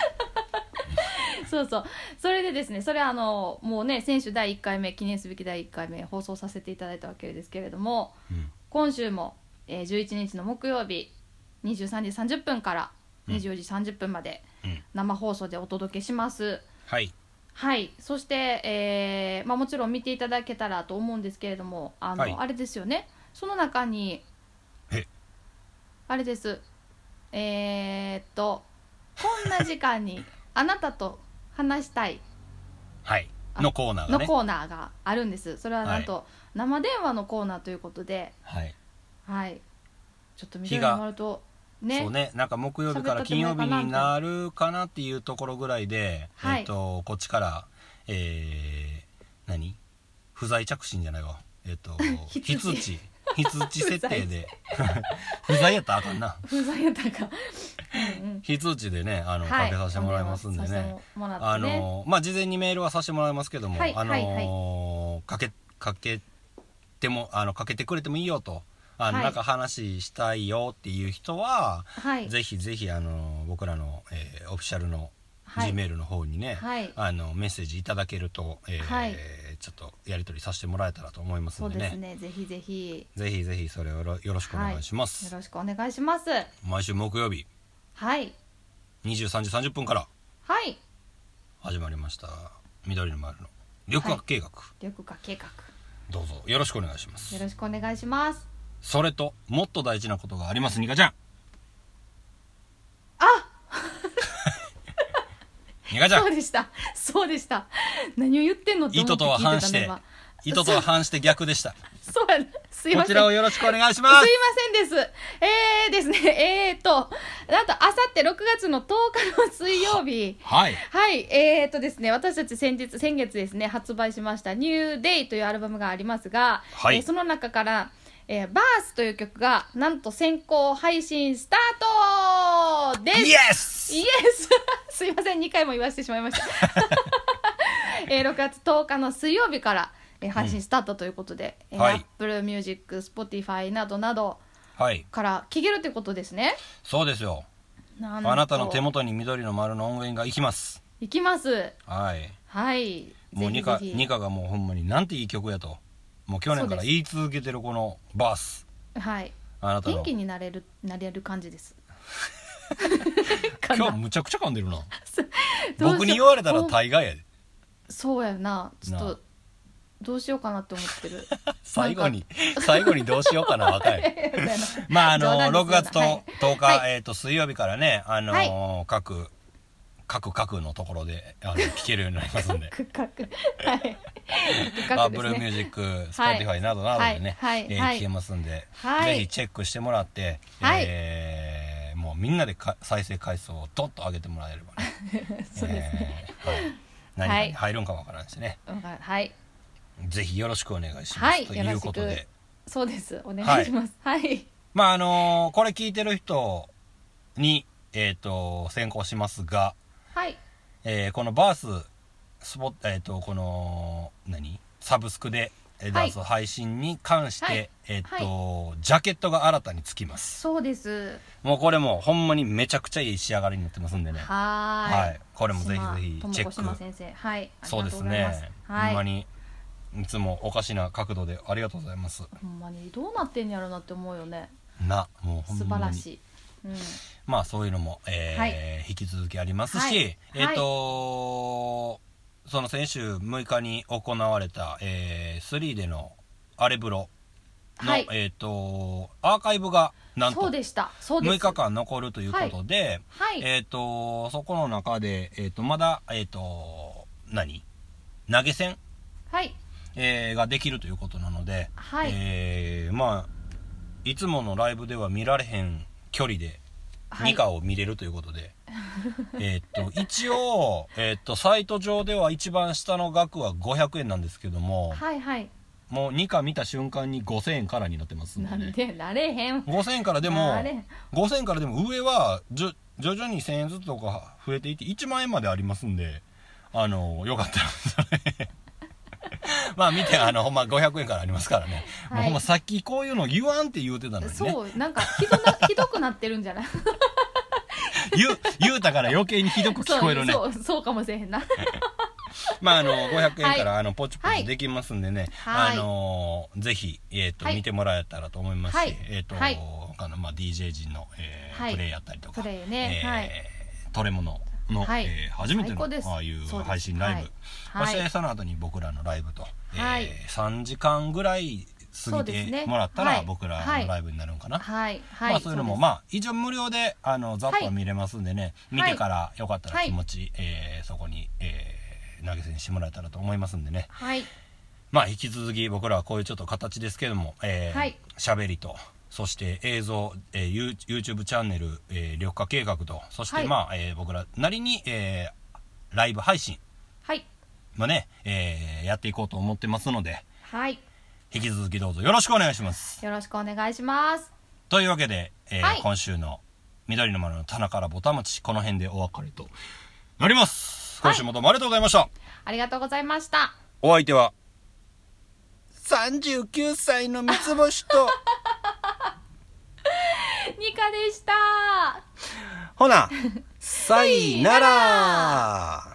S2: そうそうそれでですねそれあのもうね先週第1回目記念すべき第1回目放送させていただいたわけですけれども
S1: うん
S2: 今週も、えー、11日の木曜日23時30分から
S1: うん
S2: 24時30分まで
S1: うん
S2: 生放送でお届けします、
S1: はい
S2: はいそして、えーまあ、もちろん見ていただけたらと思うんですけれどもあの、
S1: はい
S2: あれですよねその中に
S1: え
S2: あれですえー、っとこんな時間 にあなたと話したい
S1: はい
S2: あ
S1: のコーナーが
S2: の
S1: ね
S2: コーナーがあるんですそれはなんと、生電話のコーナーということで
S1: はい
S2: はい。ちょっと
S1: 日
S2: 緑
S1: が
S2: の丸とね
S1: そうねなんか木曜日から金曜日になるかなっていうところぐらいで、
S2: はい
S1: えっとこっちからえー、何不在着信じゃないわえっと
S2: 非通知
S1: 非通知必打ち設定で 不在やったらあかんな
S2: 不在やったかう んうん
S1: 非通知でねあの、
S2: はい
S1: かけさせてもらいますんで
S2: お願い
S1: ね
S2: させてもらってね
S1: あのまあ事前にメールはさせてもらいますけども、
S2: はい
S1: あの
S2: はい
S1: かけかけてもあのかけてくれてもいいよとあの、
S2: はい
S1: なんか話したいよっていう人は、
S2: はい
S1: ぜひぜひあの僕らの、えーオフィシャルの
S2: はい
S1: G メールの方にね、
S2: はい
S1: あのメッセージいただけると、えー
S2: はい
S1: ちょっとやり取りさせてもらえたらと思います
S2: そ
S1: ん
S2: う
S1: で
S2: で
S1: ね
S2: すねぜひぜひ
S1: ぜひぜひそれをよろよろしくお願いします、
S2: よろしくお願いします
S1: 毎週木曜日
S2: はい
S1: 23時30分から
S2: はい
S1: 始まりました緑の丸の緑化計画、
S2: 緑化計画
S1: どうぞよろしくお願いします
S2: よろしくお願いします
S1: それともっと大事なことがありますニカちゃん
S2: あ
S1: ニカちゃ
S2: そ
S1: ん
S2: うでしたそうでした何を言ってんのって思
S1: 糸
S2: って
S1: とは
S2: 聞い
S1: 反
S2: てた
S1: し
S2: ね
S1: て
S2: 今
S1: 意図とは反して逆 でした
S2: そうやなすいま
S1: こ
S2: せ
S1: ち
S2: ん
S1: らをよろしくお願いしますす
S2: いませんです。えー、ですね、えーと、なんと、あさって6月の10日の水曜日。
S1: はい
S2: はい、えーとですね、私たち先日、先月ですね、発売しました、ニューデイというアルバムがありますが、
S1: はい
S2: えーその中から、えー、バースという曲が、なんと先行配信スタートです
S1: イエス
S2: イエス すいません2回も言わせてしまい ました、えー、6月10日の水曜日から、えー配信スタートということで、えー
S1: はい
S2: Apple Music、Spotify などなど
S1: はい
S2: から聴けるということですね
S1: そうですよ
S2: な
S1: あ
S2: んと
S1: なたの手元に緑の丸の音源がいきます
S2: いきます
S1: はい
S2: はい
S1: もう
S2: ぜ
S1: ニ
S2: ひ
S1: カ
S2: ぜ
S1: ニカがもうほんまになんていい曲やともう去年から言い続けてるこのバース
S2: ひはい
S1: あなた
S2: 元
S1: の
S2: 気になれるなれる感じです か
S1: 今日
S2: な
S1: むちゃくちゃ噛んでるな
S2: どうしよう
S1: 僕に言われたら大概やで
S2: そうやなちょっ
S1: なあ
S2: とどうしようかなって思ってる
S1: 最後に最後にどうしようかな若 い
S2: みたいな
S1: まああの
S2: 冗談で
S1: 6月
S2: す
S1: と
S2: はい
S1: 10日、
S2: は
S1: えー、と水曜日からねあのー
S2: は
S1: 各各各のところで あの聞けるようになりますんで
S2: 区画はい区
S1: ア
S2: 画
S1: ッ
S2: で
S1: プ
S2: す
S1: ルミュ
S2: ね
S1: ージック Spotify などなどでね、
S2: はいはい
S1: えー
S2: はい
S1: 聞けますんで、
S2: はい
S1: ぜひチェックしてもらって、
S2: はい
S1: えーもうみんなでか再生回数をドッと上げてもらえればね
S2: そうですね、
S1: えーはい、何か
S2: は
S1: に
S2: い
S1: 入るんかもわからんしね、
S2: わかるはい
S1: ぜひよろしくお願いします、
S2: はい
S1: と
S2: よ
S1: い
S2: ろ
S1: う
S2: し
S1: こと
S2: く
S1: で
S2: そうですお願いしますはい
S1: まああのーこれ聞いてる人にえっ、と先行しますが
S2: はい
S1: えーこのバーススポえっ、とこの何サブスクでえー
S2: は
S1: ダ
S2: い
S1: ンス配信に関して、
S2: はい
S1: えっ、と、ジャケットが新たにつきます
S2: そうです
S1: もうこれもうほんまにめちゃくちゃいい仕上がりになってますんでね
S2: はーい
S1: はいこれもぜひぜひチェ
S2: 島智子島
S1: ック
S2: 先生はいあり
S1: そう
S2: が
S1: で
S2: と
S1: す
S2: うございます
S1: ね、
S2: は
S1: ほんま
S2: い
S1: にいつもおかしな角度でありがとうございます
S2: ほんまにどうなってんやろなって思うよね
S1: なもうほんま
S2: 素
S1: に
S2: 晴らしいうん
S1: まあそういうのも、えー
S2: はい
S1: 引き続きありますし、
S2: はい
S1: えっ、とその先週6日に行われた、えー、3でのアレブロの、
S2: はい
S1: えっ、とアーカイブがなん
S2: そう
S1: と
S2: でしたそうです
S1: 6日間残るということで、
S2: はい
S1: えっ、とそこの中で、えっとまだ、えっと何投げ銭、
S2: はい
S1: えーができるということなので、
S2: はい
S1: えーまあいつものライブでは見られへん距離で
S2: は
S1: ニ
S2: い
S1: カを見れるということ で、えーっと一応、えーっとサイト上では一番下の額は500円なんですけども
S2: はいはい
S1: もうニカ見た瞬間に5000円からになってますんで,、
S2: なん
S1: ね、
S2: でなれへん
S1: 5000円からでも
S2: なれへん
S1: 5000円からでも上はじょ徐々に1000円ずつとか増えていって1万円までありますんであのよかったらそれ まあ見てあのほんま500円からありますからね、も
S2: はい
S1: うほんまさっきこういうの言わんって言うてたのにね
S2: そうなんかひど なひどくなってるんじゃない
S1: 言う 言うたから余計にひどく聞こえるね
S2: そうそうそうかもしれへんな
S1: まああの500円
S2: はい
S1: からあのポチポチできますんでね、
S2: はい
S1: あのーぜひえっ、と、
S2: はい
S1: 見てもらえたらと思いますし、
S2: はい
S1: えっ、と、
S2: はい
S1: 他のまあ DJ 陣の、えー
S2: はい
S1: プレイやったりとか、
S2: プレイね
S1: えー
S2: はい
S1: トレモノの、
S2: はい
S1: えー初めて
S2: 最
S1: の
S2: 高です
S1: ああいう
S2: そうです
S1: 配信ライブ、
S2: はいはい
S1: そしてその後に僕らのライブと、
S2: はい
S1: えー3時間ぐらい過
S2: そう
S1: ぎ
S2: です
S1: て
S2: ね
S1: もらった
S2: は
S1: ら
S2: い
S1: 僕ら
S2: は
S1: の
S2: い
S1: ライブになるんかな。
S2: はいはい
S1: まあ、そういうのも
S2: です
S1: まあ一応無料であのざっ
S2: は
S1: と
S2: い
S1: 見れますんでね、見てからよかったら
S2: はい
S1: 気持ち、えーそこに、えー投げ銭してもらえたらと思いますんでね
S2: はい
S1: まあ引き続き僕らはこういうちょっと形ですけどもえー
S2: はい
S1: 喋りとそして映像、えー、ユー YouTube チャンネル、えー緑化計画とそして、
S2: はい
S1: まあ、えー僕らなりに、えーライブ配信
S2: はい
S1: もね、えーやっていこうと思ってますので
S2: はい
S1: 引き続きどうぞよろしくお願いします
S2: よろしくお願いします
S1: というわけで、えー
S2: はい
S1: 今週の緑の丸の棚からぼたもちこの辺でお別れとなります今週もどうもありがとうございました、
S2: ありがとうございました
S1: お相手は39歳の三つ星と
S2: ニカでした
S1: ほなさいなら